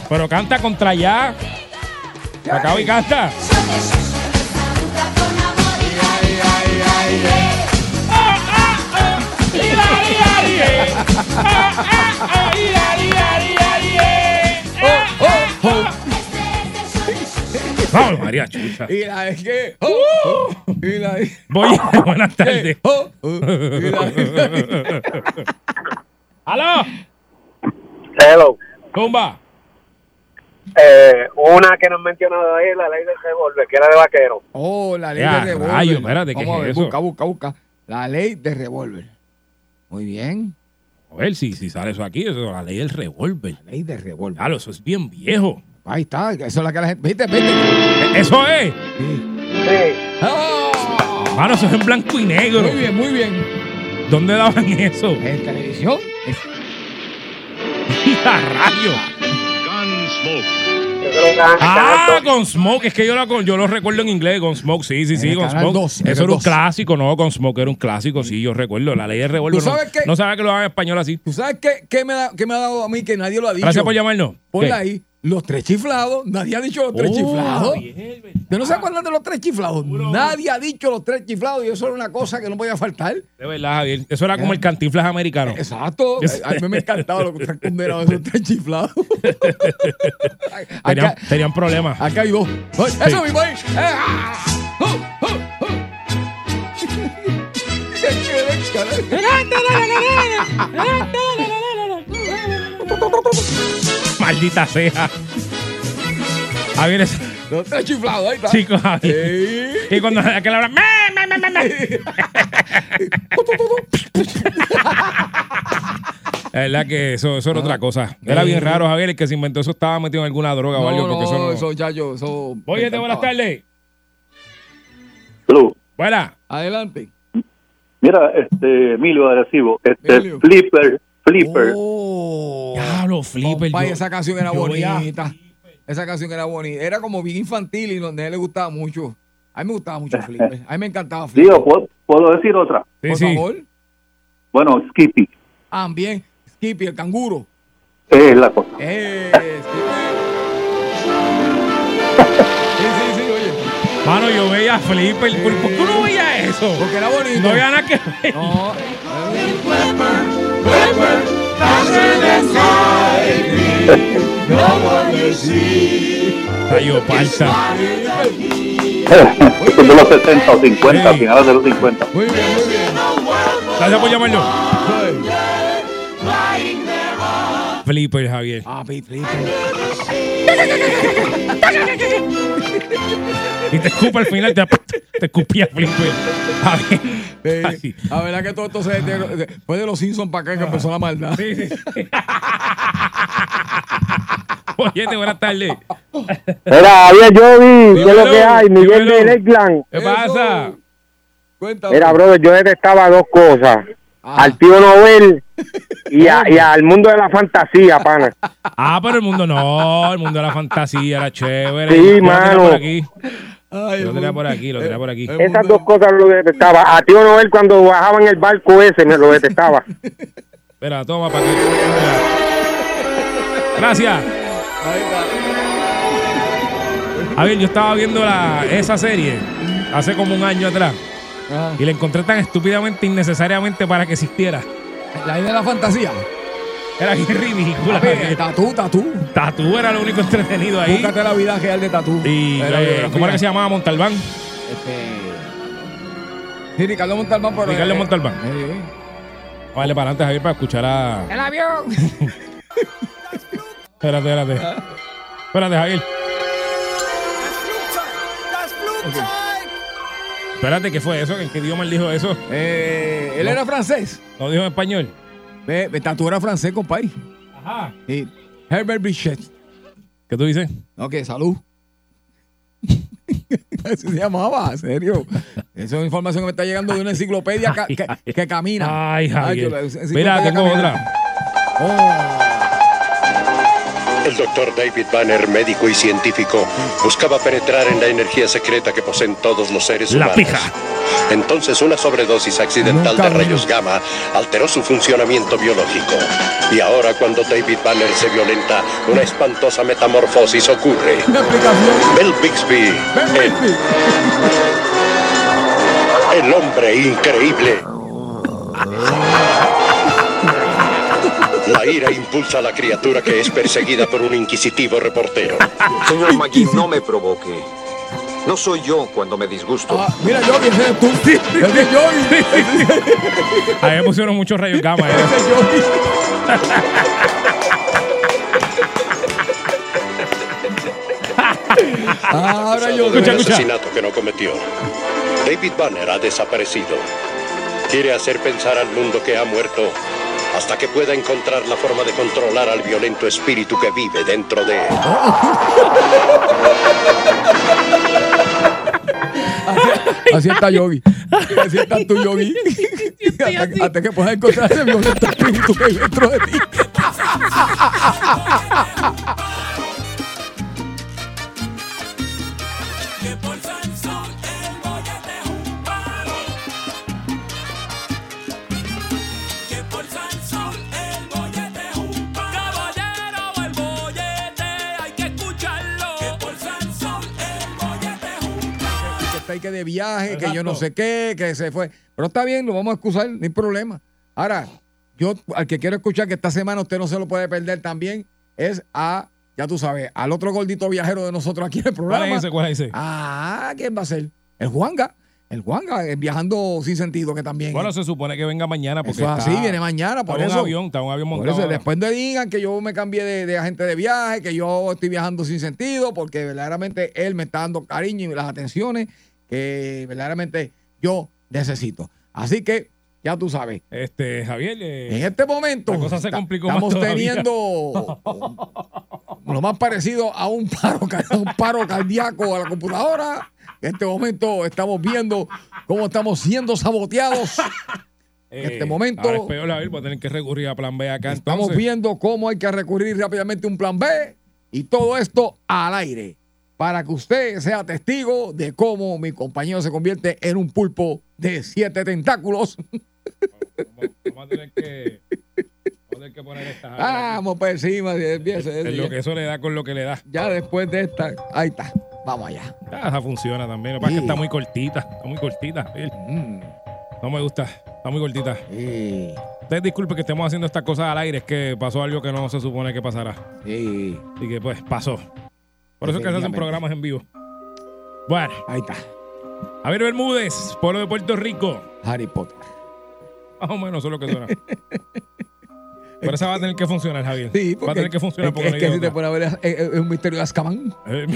Speaker 7: Pero canta contra allá. Acaba y canta. Eh,
Speaker 5: Oh, oh.
Speaker 7: Vamos, María Chucha.
Speaker 5: Y la es que. oh, oh, y la es
Speaker 7: Voy, buenas tardes.
Speaker 5: que. oh, oh, y la es que-
Speaker 7: ¡Aló!
Speaker 9: Hello.
Speaker 7: ¡Tumba!
Speaker 9: Eh, una que no han mencionado ahí, la ley del revólver, que era de vaquero.
Speaker 5: Oh, la ley
Speaker 7: Ya,
Speaker 5: de revólver.
Speaker 7: rayo, espérate, ¿qué
Speaker 5: Vamos a
Speaker 7: es
Speaker 5: ver,
Speaker 7: eso?
Speaker 5: busca, busca, busca. La ley de revólver. Muy bien.
Speaker 7: A ver si, si sale eso aquí, eso, la ley del revólver.
Speaker 5: Ley de revólver.
Speaker 7: Claro, eso es bien viejo.
Speaker 5: Ahí está, eso es la que la gente. Viste, viste.
Speaker 7: E- Eso es.
Speaker 9: Sí.
Speaker 7: Ah.
Speaker 5: Oh,
Speaker 7: Mano, eso es en blanco y negro.
Speaker 5: muy bien, muy bien.
Speaker 7: ¿Dónde daban eso?
Speaker 5: En televisión.
Speaker 7: ¡Mira, rayo!
Speaker 9: Yo creo que era
Speaker 7: Ah,
Speaker 9: Canal dos.
Speaker 7: con Smoke, es que yo, la, con- yo lo recuerdo en inglés, con Smoke, sí, sí,
Speaker 5: En
Speaker 7: sí,
Speaker 5: el
Speaker 7: con
Speaker 5: canal
Speaker 7: Smoke.
Speaker 5: dos, en el
Speaker 7: Eso era un
Speaker 5: dos.
Speaker 7: clásico, no, con Smoke era un clásico, sí, yo recuerdo. La ley de revólver.
Speaker 5: ¿Tú sabes
Speaker 7: no,
Speaker 5: qué?
Speaker 7: no sabía que lo daban en español así.
Speaker 5: ¿Tú sabes qué, qué me da, qué me ha dado a mí que nadie lo ha dicho?
Speaker 7: Gracias por llamarnos.
Speaker 5: Ponla
Speaker 7: ¿Qué?
Speaker 5: ahí. Los tres chiflados. Nadie ha dicho los tres
Speaker 7: Oh,
Speaker 5: chiflados.
Speaker 7: bien,
Speaker 5: ¿Tú no se acuerdan de los tres chiflados? Nadie ha dicho los tres chiflados y eso era una cosa que no podía faltar.
Speaker 7: De verdad, Javier. Eso era como el cantinflas americano.
Speaker 5: Exacto.
Speaker 7: Yes.
Speaker 5: A a mí me encantaba lo que están condenados, esos tres chiflados.
Speaker 7: Tenían,
Speaker 5: acá,
Speaker 7: tenían problemas.
Speaker 5: acá hay dos. Ay, Eso mismo ahí. Eh, ah, ah, ah, ah.
Speaker 7: Maldita sea. Javier, es-
Speaker 5: Los tres chiflados, ahí está.
Speaker 7: chicos, Javier.
Speaker 5: Ey.
Speaker 7: Y cuando aquel habla, "Me, me, me, me, me". La verdad que eso, eso era otra cosa. Era bien raro, Javier, el que se inventó eso estaba metido en alguna droga o algo.
Speaker 5: No,
Speaker 7: Porque eso
Speaker 5: no,
Speaker 7: no...
Speaker 5: eso ya yo, eso...
Speaker 7: Oye, te buenas tardes.
Speaker 8: Hello.
Speaker 7: Buena.
Speaker 5: Adelante.
Speaker 8: Mira, este Emilio de Arecibo, este
Speaker 5: Emilio.
Speaker 8: Flipper, Flipper.
Speaker 5: Oh.
Speaker 7: Diablo, Flipper.
Speaker 5: Compa, y
Speaker 7: yo-
Speaker 5: esa canción era
Speaker 7: yo voy a-
Speaker 5: bonita. Esa canción era bonita. Era como bien infantil y donde a él le gustaba mucho. A mí me gustaba mucho Flipper. A mí me encantaba Flipper.
Speaker 8: Digo, ¿puedo, puedo decir otra?
Speaker 7: Sí,
Speaker 5: Por
Speaker 7: sí.
Speaker 5: favor.
Speaker 8: Bueno, Skippy
Speaker 5: También. Skippy, el canguro.
Speaker 8: es la cosa.
Speaker 5: Eh, Skippy. Sí, sí, sí, oye.
Speaker 7: Mano, yo veía a Flipper. ¿Por por qué tú no veías eso?
Speaker 5: Porque era bonito.
Speaker 7: No había nada que ver.
Speaker 5: No.
Speaker 7: Rayo, parta.
Speaker 8: Son de los 70 o 50,
Speaker 7: Sí.
Speaker 8: finales de los 50.
Speaker 5: Muy bien, muy bien.
Speaker 7: Gracias por llamarnos.
Speaker 5: Ay.
Speaker 7: Flipper, Javier.
Speaker 5: Papi, Flipper.
Speaker 7: Y te escupa al final, te, te escupía Flipper. Javier.
Speaker 5: Sí.
Speaker 7: Ay. Ah.
Speaker 5: La verdad que todo esto se deterioró. Fue de los Simpsons para acá que empezó la maldad.
Speaker 7: Sí, sí, sí. Oye, te buenas tardes.
Speaker 9: Era había Jovi, ¿qué es lo que hay? Miguel
Speaker 7: dímelo.
Speaker 9: de Lakeland.
Speaker 7: ¿Qué
Speaker 5: Eso.
Speaker 7: pasa?
Speaker 5: Cuéntame.
Speaker 9: Mira, brother, yo detestaba dos cosas.
Speaker 5: Ah.
Speaker 9: Al tío Nobel y, a- y al mundo de la fantasía, pana.
Speaker 7: Ah, pero el mundo no, el mundo de la fantasía era chévere. Yo
Speaker 9: Sí,
Speaker 7: lo tenía
Speaker 9: mano.
Speaker 7: por aquí.
Speaker 5: Ay,
Speaker 7: Lo
Speaker 5: el
Speaker 7: tenía
Speaker 5: mundo-
Speaker 7: por aquí, lo tenía por aquí.
Speaker 5: el mundo-
Speaker 9: Esas dos cosas lo detestaba. A tío Noel cuando bajaba en el barco ese me lo detestaba.
Speaker 7: Espera, toma para aquí. Gracias.
Speaker 5: Ahí está.
Speaker 7: Javier, yo estaba viendo la, esa serie hace como un año atrás
Speaker 5: Ajá.
Speaker 7: y la encontré tan estúpidamente innecesariamente para que existiera.
Speaker 5: La idea de la fantasía.
Speaker 7: Era bien ridícula.
Speaker 5: Papi, Tatú, tatú.
Speaker 7: Tatú era lo único entretenido ahí.
Speaker 5: Búscate la vida real de tatú.
Speaker 7: Y,
Speaker 5: Eh,
Speaker 7: eh,
Speaker 5: la biografía.
Speaker 7: ¿Cómo era que se llamaba Montalbán?
Speaker 5: Este, Sí, Ricardo Montalbán. Pero,
Speaker 7: Ricardo
Speaker 5: eh,
Speaker 7: Montalbán.
Speaker 5: eh, eh.
Speaker 7: Vale, para adelante, Javier, para escuchar a.
Speaker 6: ¡El avión!
Speaker 7: Espérate, espérate. Espérate, Javier. Espérate, ¿qué fue eso? ¿En qué idioma él dijo eso?
Speaker 5: Eh, él era francés.
Speaker 7: Lo dijo en español.
Speaker 5: Ve, ve, tanto era francés, compadre.
Speaker 7: Ajá.
Speaker 5: Sí. Herbert Bichet.
Speaker 7: ¿Qué tú dices?
Speaker 5: Ok, salud. Así se llamaba, ¿en serio. Esa es información que me está llegando de una enciclopedia ca-
Speaker 7: Ay,
Speaker 5: que,
Speaker 7: ay.
Speaker 5: que camina.
Speaker 7: Ay, Javier.
Speaker 5: yo la- enciclopedia
Speaker 7: Mira, tengo
Speaker 5: camina.
Speaker 7: otra.
Speaker 5: Oh,
Speaker 10: El doctor David Banner, médico y científico, buscaba penetrar en la energía secreta que poseen todos los seres
Speaker 7: La
Speaker 10: humanos.
Speaker 7: pija.
Speaker 10: Entonces, una sobredosis accidental de
Speaker 5: Nunca vi.
Speaker 10: rayos gamma alteró su funcionamiento biológico. Y ahora, cuando David Banner se violenta, una espantosa metamorfosis ocurre.
Speaker 5: una explicación.
Speaker 10: Mel Bixby,
Speaker 5: Ven,
Speaker 7: Eh.
Speaker 10: el,
Speaker 5: Ricky.
Speaker 10: el hombre increíble. La ira impulsa a la criatura que es perseguida por un inquisitivo reportero.
Speaker 11: Señor Magui, no me provoque. No soy yo cuando me disgusto.
Speaker 5: Ah, mira, Yogi, ese eres tú. Ese es Yogi.
Speaker 7: A mí me pusieron muchos rayos gamma. ¿eh?
Speaker 5: Ese es Yogi. Ahora yo.
Speaker 10: acusado de un
Speaker 7: escucha.
Speaker 10: asesinato que no cometió. David Banner ha desaparecido. Quiere hacer pensar al mundo que ha muerto hasta que pueda encontrar la forma de controlar al violento espíritu que vive dentro de él.
Speaker 5: Así está Yogi. Así está tu Yogi. hasta, hasta que puedas encontrar ese violento espíritu que hay dentro de ti. que está ahí que de viaje, que yo no sé qué, que se fue. Pero está bien, lo vamos a excusar, no hay problema. Ahora, yo al que quiero escuchar que esta semana usted no se lo puede perder también es a, ya tú sabes, al otro gordito viajero de nosotros aquí en el
Speaker 7: ¿Cuál
Speaker 5: programa.
Speaker 7: es ese? ¿Cuál es ese?
Speaker 5: Ah, ¿quién va a ser? El Juanga. El Juanga, eh, viajando sin sentido que también.
Speaker 7: Bueno, se supone que venga mañana porque
Speaker 5: eso es así,
Speaker 7: está-
Speaker 5: viene mañana,
Speaker 7: está
Speaker 5: por
Speaker 7: un
Speaker 5: eso.
Speaker 7: avión, está un avión
Speaker 5: Por
Speaker 7: montado.
Speaker 5: eso,
Speaker 7: ahora.
Speaker 5: después me digan que yo me cambié de, de agente de viaje, que yo estoy viajando sin sentido, porque verdaderamente él me está dando cariño y las atenciones que verdaderamente yo necesito. Así que, ya tú sabes,
Speaker 7: Este, Javier, eh,
Speaker 5: en este momento
Speaker 7: La cosa se complicó más
Speaker 5: estamos
Speaker 7: todavía.
Speaker 5: teniendo un- lo más parecido a un paro, ca- un paro cardíaco a la computadora. En este momento estamos viendo cómo estamos siendo saboteados. en este momento-
Speaker 7: eh, Ahora es peor, Javier, voy a tener que recurrir a plan B acá.
Speaker 5: Estamos
Speaker 7: entonces.
Speaker 5: viendo cómo hay que recurrir rápidamente a un plan B y todo esto al aire para que usted sea testigo de cómo mi compañero se convierte en un pulpo de siete tentáculos.
Speaker 7: Vamos, vamos a tener que, vamos a tener que poner esta. Javier, aquí.
Speaker 5: Ah, Vamos para encima. si empieza,
Speaker 7: Es lo que eso le da con lo que le da.
Speaker 5: Ya después de esta, ahí está. Vamos allá.
Speaker 7: Ah, esa funciona también. Lo que pasa es que
Speaker 5: Sí.
Speaker 7: está muy cortita. Está muy cortita, Javier.
Speaker 5: Mm,
Speaker 7: No me gusta. Está muy cortita.
Speaker 5: sí,
Speaker 7: Ustedes disculpen que estemos haciendo estas cosas al aire. Es que pasó algo que no se supone que pasará.
Speaker 5: sí.
Speaker 7: Y que pues pasó. Por eso es que se hacen
Speaker 5: Definitivamente.
Speaker 7: programas en vivo. Bueno,
Speaker 5: Ahí está.
Speaker 7: Javier Bermúdez, pueblo de Puerto Rico.
Speaker 5: Harry Potter.
Speaker 7: Más o menos, eso es lo que suena. Pero esa va a tener que funcionar, Javier.
Speaker 5: Sí,
Speaker 7: va a tener que funcionar
Speaker 5: es que-
Speaker 7: porque
Speaker 5: es
Speaker 7: no
Speaker 5: que
Speaker 7: hay
Speaker 5: si te
Speaker 7: otra.
Speaker 5: pones a ver, es, es- es un misterio de Azkaban.
Speaker 7: Eh,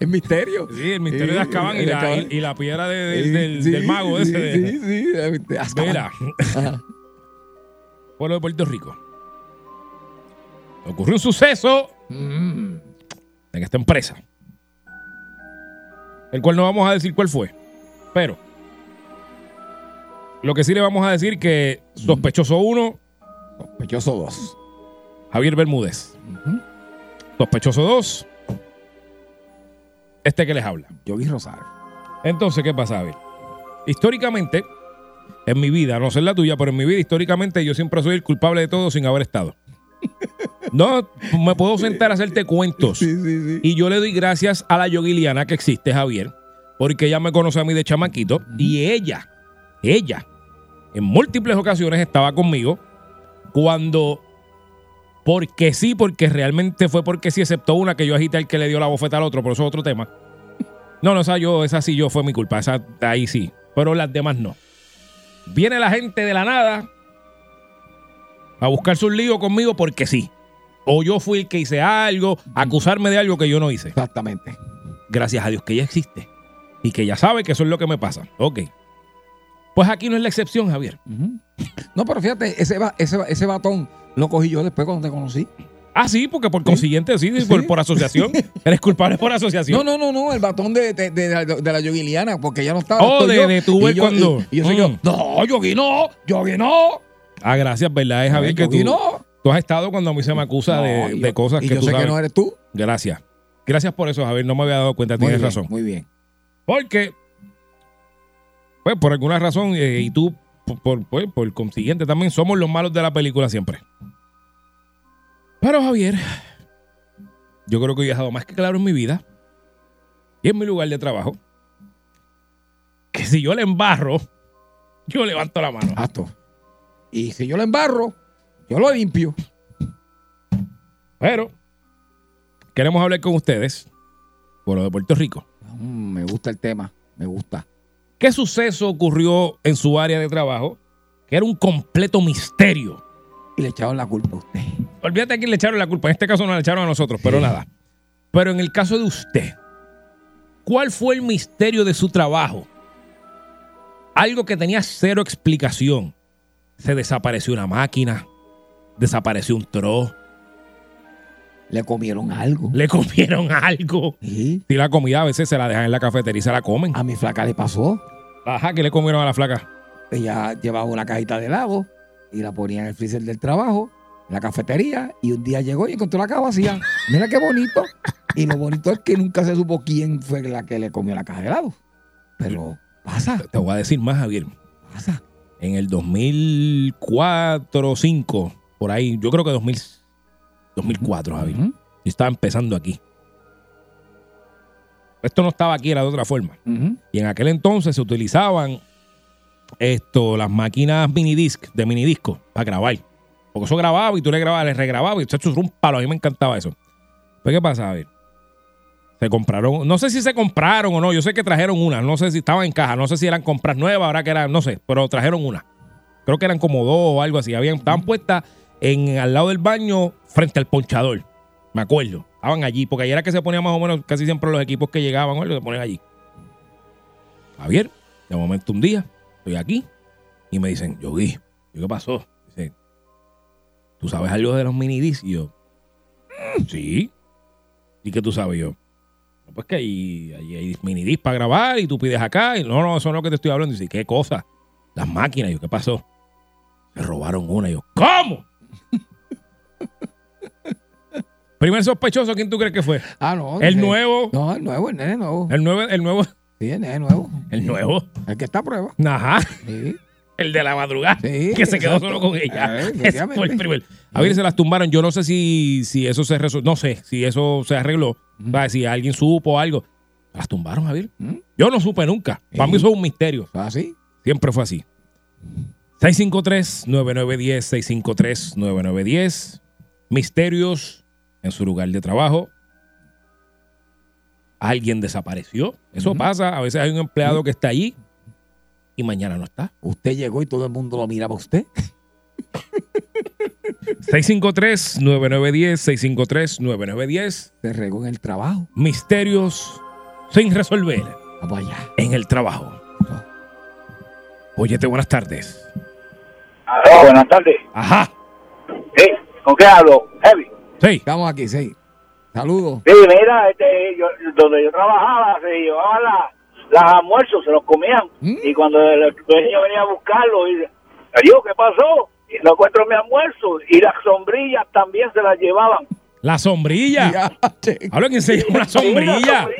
Speaker 5: Es misterio.
Speaker 7: Sí, el misterio de Azkaban y,
Speaker 5: el
Speaker 7: la,
Speaker 5: Azkaban.
Speaker 7: y- y la piedra de- de-
Speaker 5: Sí,
Speaker 7: del,
Speaker 5: sí,
Speaker 7: del mago ese.
Speaker 5: Sí,
Speaker 7: de-
Speaker 5: sí, sí, de- de Azkaban.
Speaker 7: Mira.
Speaker 5: Ajá.
Speaker 7: Pueblo de Puerto Rico. Ocurrió un suceso
Speaker 5: Mm.
Speaker 7: en esta empresa. El cual no vamos a decir cuál fue. Pero lo que sí le vamos a decir que
Speaker 5: Mm.
Speaker 7: sospechoso uno,
Speaker 5: Sospechoso 2.
Speaker 7: Javier Bermúdez. Sospechoso dos, este que les habla.
Speaker 5: Yogi Rosario.
Speaker 7: Entonces, ¿qué pasa, Javier? Históricamente, en mi vida, no sé la tuya, pero en mi vida, históricamente, yo siempre soy el culpable de todo sin haber estado. No me puedo sentar a hacerte cuentos.
Speaker 5: sí,
Speaker 7: Y yo le doy gracias a la yoguiliana que existe, Javier, porque ella me conoce a mí de chamaquito y ella, ella, en múltiples ocasiones estaba conmigo cuando, porque sí, porque realmente fue porque sí, excepto una que yo agité al que le dio la bofeta al otro, por eso es otro tema. No, no, esa yo, esa sí yo fue mi culpa, esa ahí sí, pero las demás no. Viene la gente de la nada a buscar su lío conmigo porque sí. O yo fui el que hice algo, acusarme de algo que yo no hice.
Speaker 5: Exactamente.
Speaker 7: Gracias a Dios que ella existe y que ella sabe que eso es lo que me pasa. Ok. Pues aquí no es la excepción, Javier.
Speaker 5: No, pero fíjate, ese, ba- ese, ba- ese batón lo cogí yo después cuando te conocí.
Speaker 7: Ah, sí, porque por consiguiente, sí, Por, por asociación. Eres culpable por
Speaker 5: No,
Speaker 7: asociación.
Speaker 5: no, no, no, el batón de, de, de, de- de la Yogiliana, porque ya no estaba.
Speaker 7: Oh,
Speaker 5: estoy
Speaker 7: de,
Speaker 5: yo,
Speaker 7: de tu ver
Speaker 5: y yo-
Speaker 7: cuando. Mm.
Speaker 5: y- y yo soy yo, no, Yogi no, Yogi no.
Speaker 7: Ah, gracias, ¿verdad? Es Javier que
Speaker 5: Yogi
Speaker 7: tú,
Speaker 5: no.
Speaker 7: tú has estado cuando a mí se me acusa
Speaker 5: No,
Speaker 7: de,
Speaker 5: y
Speaker 7: de
Speaker 5: yo-
Speaker 7: cosas
Speaker 5: y
Speaker 7: que
Speaker 5: yo
Speaker 7: tú
Speaker 5: sé que
Speaker 7: sabes.
Speaker 5: no eres tú.
Speaker 7: Gracias. Gracias por eso, Javier. No me había dado cuenta,
Speaker 5: Muy
Speaker 7: tienes
Speaker 5: bien,
Speaker 7: razón.
Speaker 5: Muy bien.
Speaker 7: Porque, pues, por alguna razón, eh, y tú, por, por, pues, por consiguiente, también somos los malos de la película siempre. Pero, Javier, yo creo que he dejado más que claro en mi vida y en mi lugar de trabajo que si yo le embarro, yo levanto la mano.
Speaker 5: Exacto. Y si yo lo embarro, yo lo limpio.
Speaker 7: Pero queremos hablar con ustedes por lo de Puerto Rico.
Speaker 5: Mm, me gusta el tema, me gusta.
Speaker 7: ¿Qué suceso ocurrió en su área de trabajo que era un completo misterio?
Speaker 5: Y le echaron la culpa a usted.
Speaker 7: Olvídate a quién le echaron la culpa. En este caso no la echaron a nosotros, pero nada. Pero en el caso de usted, ¿cuál fue el misterio de su trabajo? Algo que tenía cero explicación. Se desapareció una máquina, desapareció un tro,
Speaker 5: Le comieron algo.
Speaker 7: le comieron algo.
Speaker 5: Sí.
Speaker 7: Si la comida a veces se la dejan en la cafetería y se la comen.
Speaker 5: A mi flaca le pasó.
Speaker 7: Ajá, que le comieron a la flaca.
Speaker 5: Ella llevaba una cajita de helado y la ponía en el freezer del trabajo, en la cafetería, y un día llegó y encontró la caja vacía. Mira qué bonito. Y lo bonito es que nunca se supo quién fue la que le comió la caja de helado. Pero pasa,
Speaker 7: Te voy a decir más, Javier.
Speaker 5: pasa.
Speaker 7: en el 2004, 5, por ahí, yo creo que 2000, 2004, Javi. Yo
Speaker 5: Ujú.
Speaker 7: estaba empezando aquí. Esto no estaba aquí, era de otra forma.
Speaker 5: Ujú.
Speaker 7: Y en aquel entonces se utilizaban esto, las máquinas minidisc, de minidisco, para grabar. Porque eso grababa y tú le grababas, le regrababas y chacho, eso era un palo. A mí me encantaba eso. Pero ¿qué pasa, Javier? Se compraron, no sé si se compraron o no, yo sé que trajeron una, no sé si estaban en caja, no sé si eran compras nuevas, ahora que eran, no sé, pero trajeron una. Creo que eran como dos o algo así, habían, estaban puestas en, al lado del baño frente al ponchador, me acuerdo. Estaban allí, porque ahí era que se ponía más o menos casi siempre los equipos que llegaban, o algo, se ponían allí. Javier, de momento un día, estoy aquí y me dicen, yo vi, ¿qué pasó? Dice, ¿tú sabes algo de los minidis? Y yo, "Mm, sí. ¿Y qué tú sabes yo? "No, Pues que ahí hay, hay minidisc para grabar y tú pides acá. Y no, no, eso no es lo que te estoy hablando. dice, ¿qué cosa? Las máquinas. Y yo, ¿qué pasó? Me robaron una. Y yo, ¿cómo? Primer sospechoso, ¿quién tú crees que fue?
Speaker 5: Ah, no.
Speaker 7: El
Speaker 5: sí.
Speaker 7: nuevo.
Speaker 5: No, el nuevo, el nene nuevo.
Speaker 7: El nuevo, el nuevo,
Speaker 5: Sí, el nene nuevo.
Speaker 7: el nuevo.
Speaker 5: El que está a prueba.
Speaker 7: Ajá.
Speaker 5: Sí.
Speaker 7: El de la madrugada,
Speaker 5: Sí,
Speaker 7: que se quedó
Speaker 5: exacto.
Speaker 7: solo con ella.
Speaker 5: Ah,
Speaker 7: Ese fue el
Speaker 5: efectivamente.
Speaker 7: primer. Eh, A ver, se las tumbaron. Yo no sé si, si eso se resolvió. No sé si eso se arregló.
Speaker 5: Ujú.
Speaker 7: Va, Si alguien supo algo. Las tumbaron, Javier.
Speaker 5: Ujú.
Speaker 7: Yo no supe nunca. Para
Speaker 5: Sí.
Speaker 7: mí eso es un misterio.
Speaker 5: Ah, sí.
Speaker 7: Siempre fue así. 653-9910, 653-9910. Misterios en su lugar de trabajo. Alguien desapareció. Eso
Speaker 5: Ujú.
Speaker 7: pasa. A veces hay un empleado que está allí y mañana no está.
Speaker 5: Usted llegó y todo el mundo lo miraba a usted.
Speaker 7: 653-9910, 653-9910.
Speaker 5: Se regó en el trabajo.
Speaker 7: Misterios sin resolver
Speaker 5: Vamos allá.
Speaker 7: en el trabajo. Oyete, buenas tardes.
Speaker 9: buenas tardes.
Speaker 7: Ajá.
Speaker 9: ¿Con qué hablo? Heavy.
Speaker 7: Sí.
Speaker 5: Estamos aquí, sí. Saludos.
Speaker 9: Sí, mira, este, yo- donde yo trabajaba, se llevaban la- las almuerzos, se los comían.
Speaker 5: ¿Mm?
Speaker 9: Y cuando el dueño venía a buscarlo, y yo, ¿qué pasó? Y no encuentro mi almuerzo. Y las sombrillas también se las llevaban.
Speaker 7: La sombrilla.
Speaker 5: Ya, che.
Speaker 7: Habla quien se llama una sombrilla.
Speaker 9: Sí,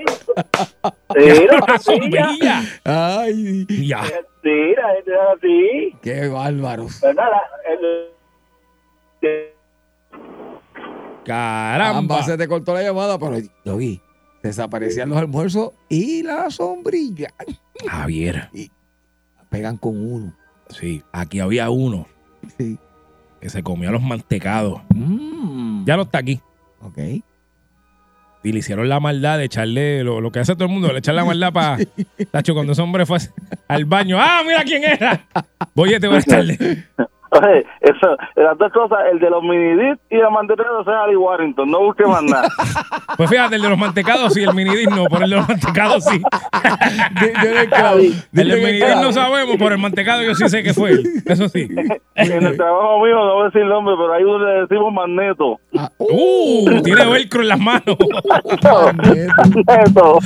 Speaker 7: Una
Speaker 9: las sombrillas.
Speaker 7: sombrilla.
Speaker 5: Ay,
Speaker 7: Ya.
Speaker 9: Sí, la gente era así.
Speaker 5: qué bárbaros.
Speaker 9: Pero nada, el- el-
Speaker 7: Caramba.
Speaker 5: Ambas se te cortó la llamada, pero lo vi. Desaparecían los almuerzos y la sombrilla.
Speaker 7: Javier.
Speaker 5: Pegan con uno.
Speaker 7: Sí. Aquí había uno
Speaker 5: Sí.
Speaker 7: que se comió los mantecados.
Speaker 5: Mm.
Speaker 7: Ya no está aquí.
Speaker 5: Ok.
Speaker 7: Y le hicieron la maldad de echarle lo, lo que hace todo el mundo, le echar la maldad para. Tacho, cuando ese hombre fue al baño. ¡Ah, mira quién era! Voy, te voy a estarle.
Speaker 12: Oye, eso, las dos cosas, el de los minidit y el mantecado sea Ali Warrington, no busque más nada.
Speaker 7: Pues fíjate, el de los mantecados sí, el minidit no, por el de los mantecados sí. el del minidit no sabemos, por el mantecado yo sí sé que fue él, eso sí.
Speaker 12: En el trabajo mío, no voy a decir el nombre, pero ahí uno le decimos magneto.
Speaker 7: ¡Uh! Tiene velcro en las manos.
Speaker 12: magneto.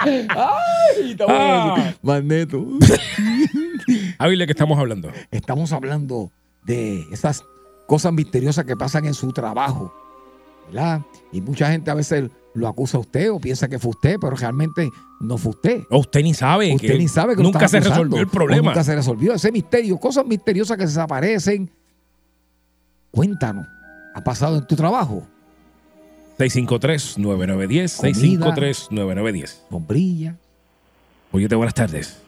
Speaker 5: ¡Ay! está bueno. Magneto.
Speaker 7: Ah. Ávila, que estamos hablando?
Speaker 5: Estamos hablando de esas cosas misteriosas que pasan en su trabajo, ¿verdad? Y mucha gente a veces lo acusa a usted o piensa que fue usted, pero realmente no fue usted.
Speaker 7: O usted ni sabe.
Speaker 5: Usted
Speaker 7: que
Speaker 5: ni sabe que lo
Speaker 7: Nunca
Speaker 5: están
Speaker 7: se
Speaker 5: acusando,
Speaker 7: resolvió el
Speaker 5: o
Speaker 7: problema.
Speaker 5: Nunca se resolvió ese misterio, cosas misteriosas que desaparecen. Cuéntanos, ¿ha pasado en tu trabajo?
Speaker 7: 653-9910. 653-9910.
Speaker 5: Sombrilla.
Speaker 7: Bollete, buenas tardes.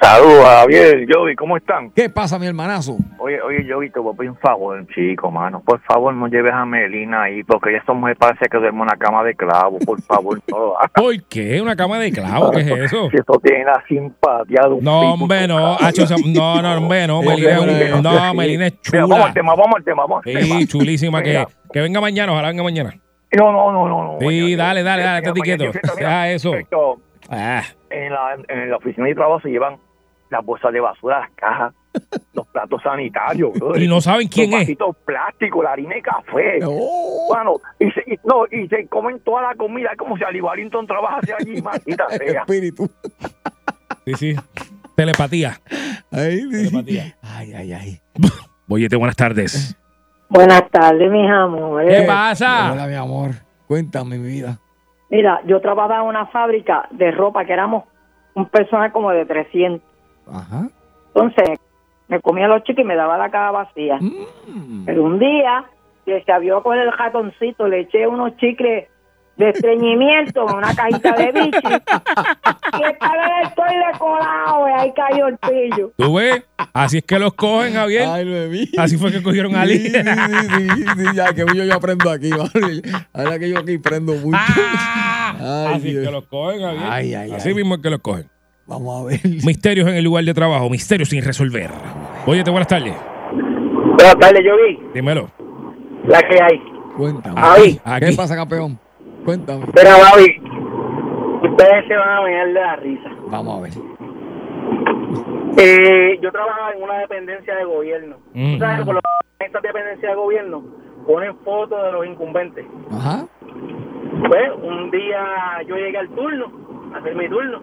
Speaker 9: Saludos, Javier, Joey, ¿cómo están?
Speaker 5: ¿Qué pasa, mi hermanazo?
Speaker 9: Oye, oye, Joey, te voy a pedir un favor, chico, mano. Por favor, no lleves a Melina ahí, porque ella son mujeres parece que duerme en una cama de clavo, por favor. No,
Speaker 7: ¿Por qué? ¿Una cama de clavo? ¿Qué es eso?
Speaker 9: Si eso tiene la simpatía de un
Speaker 7: No, hombre, no. Hacho, esa- no, no, hombre, no. Melina, es un- no, Melina es
Speaker 9: Mira, vamos al
Speaker 7: chula.
Speaker 9: tema, vamos al tema, vamos al tema.
Speaker 7: Sí, chulísima. Que,
Speaker 9: Mira.
Speaker 7: que venga mañana, ojalá venga mañana.
Speaker 9: No, no, no, no. no
Speaker 7: Sí, dale, dale, dale,
Speaker 9: Mira,
Speaker 7: estate
Speaker 9: mañana,
Speaker 7: quieto.
Speaker 9: fiesta, mira,
Speaker 7: Deja eso.
Speaker 9: perfecto.
Speaker 7: Ah.
Speaker 9: En la, en la oficina de trabajo se llevan las bolsas de basura, las cajas, los platos sanitarios. brother.
Speaker 7: Y no saben quién
Speaker 9: los
Speaker 7: es.
Speaker 9: vasitos plásticos, la harina de café. Bueno, y se, y- no, y se comen toda la comida como si Ali Warrington trabajase allí, maldita sea.
Speaker 5: Espíritu.
Speaker 7: Sí, sí. Telepatía. Telepatía.
Speaker 5: Ay, ay, ay.
Speaker 7: Bollete, buenas tardes.
Speaker 13: Buenas tardes, mis amores.
Speaker 7: ¿Qué pasa?
Speaker 5: Hola, mi amor. Cuéntame mi vida.
Speaker 13: Mira, yo trabajaba en una fábrica de ropa que éramos un personal como de 300.
Speaker 5: Ajá.
Speaker 13: Entonces, me comía los chicos y me daba la caja vacía. Pero un día, que se abrió con el ratoncito, le eché unos chicles de estreñimiento en una cajita de bichi. y estaba en el toile colado y ahí cayó el pillo.
Speaker 7: ¿Tú ves? Así es que los cogen, Javier. Así fue que cogieron a Ali.
Speaker 5: Sí, sí, sí, sí, sí, ya que yo, yo aprendo aquí, ¿vale? Ahora que yo aquí prendo mucho. Ay,
Speaker 7: Ah. Así
Speaker 5: Dios.
Speaker 7: que los cogen, Javier.
Speaker 5: Ay, ay,
Speaker 7: Así
Speaker 5: ay.
Speaker 7: mismo es que los cogen.
Speaker 5: Vamos a ver.
Speaker 7: Misterios en el lugar de trabajo, misterios sin resolver. Oye, te buenas tardes.
Speaker 9: Buenas tardes, yo vi
Speaker 7: Dímelo.
Speaker 9: la que hay.
Speaker 5: Cuéntame.
Speaker 9: Javi.
Speaker 5: ¿Qué pasa, campeón? Cuéntame.
Speaker 9: Pero, Javi, ustedes se van a mear de la risa.
Speaker 5: Vamos a ver.
Speaker 9: Eh, yo trabajaba en una dependencia de gobierno.
Speaker 5: Mm.
Speaker 9: ¿Tú ¿Sabes? que Con los- estas dependencias de gobierno ponen fotos de los incumbentes.
Speaker 5: Ajá.
Speaker 9: Pues un día yo llegué al turno, a hacer mi turno,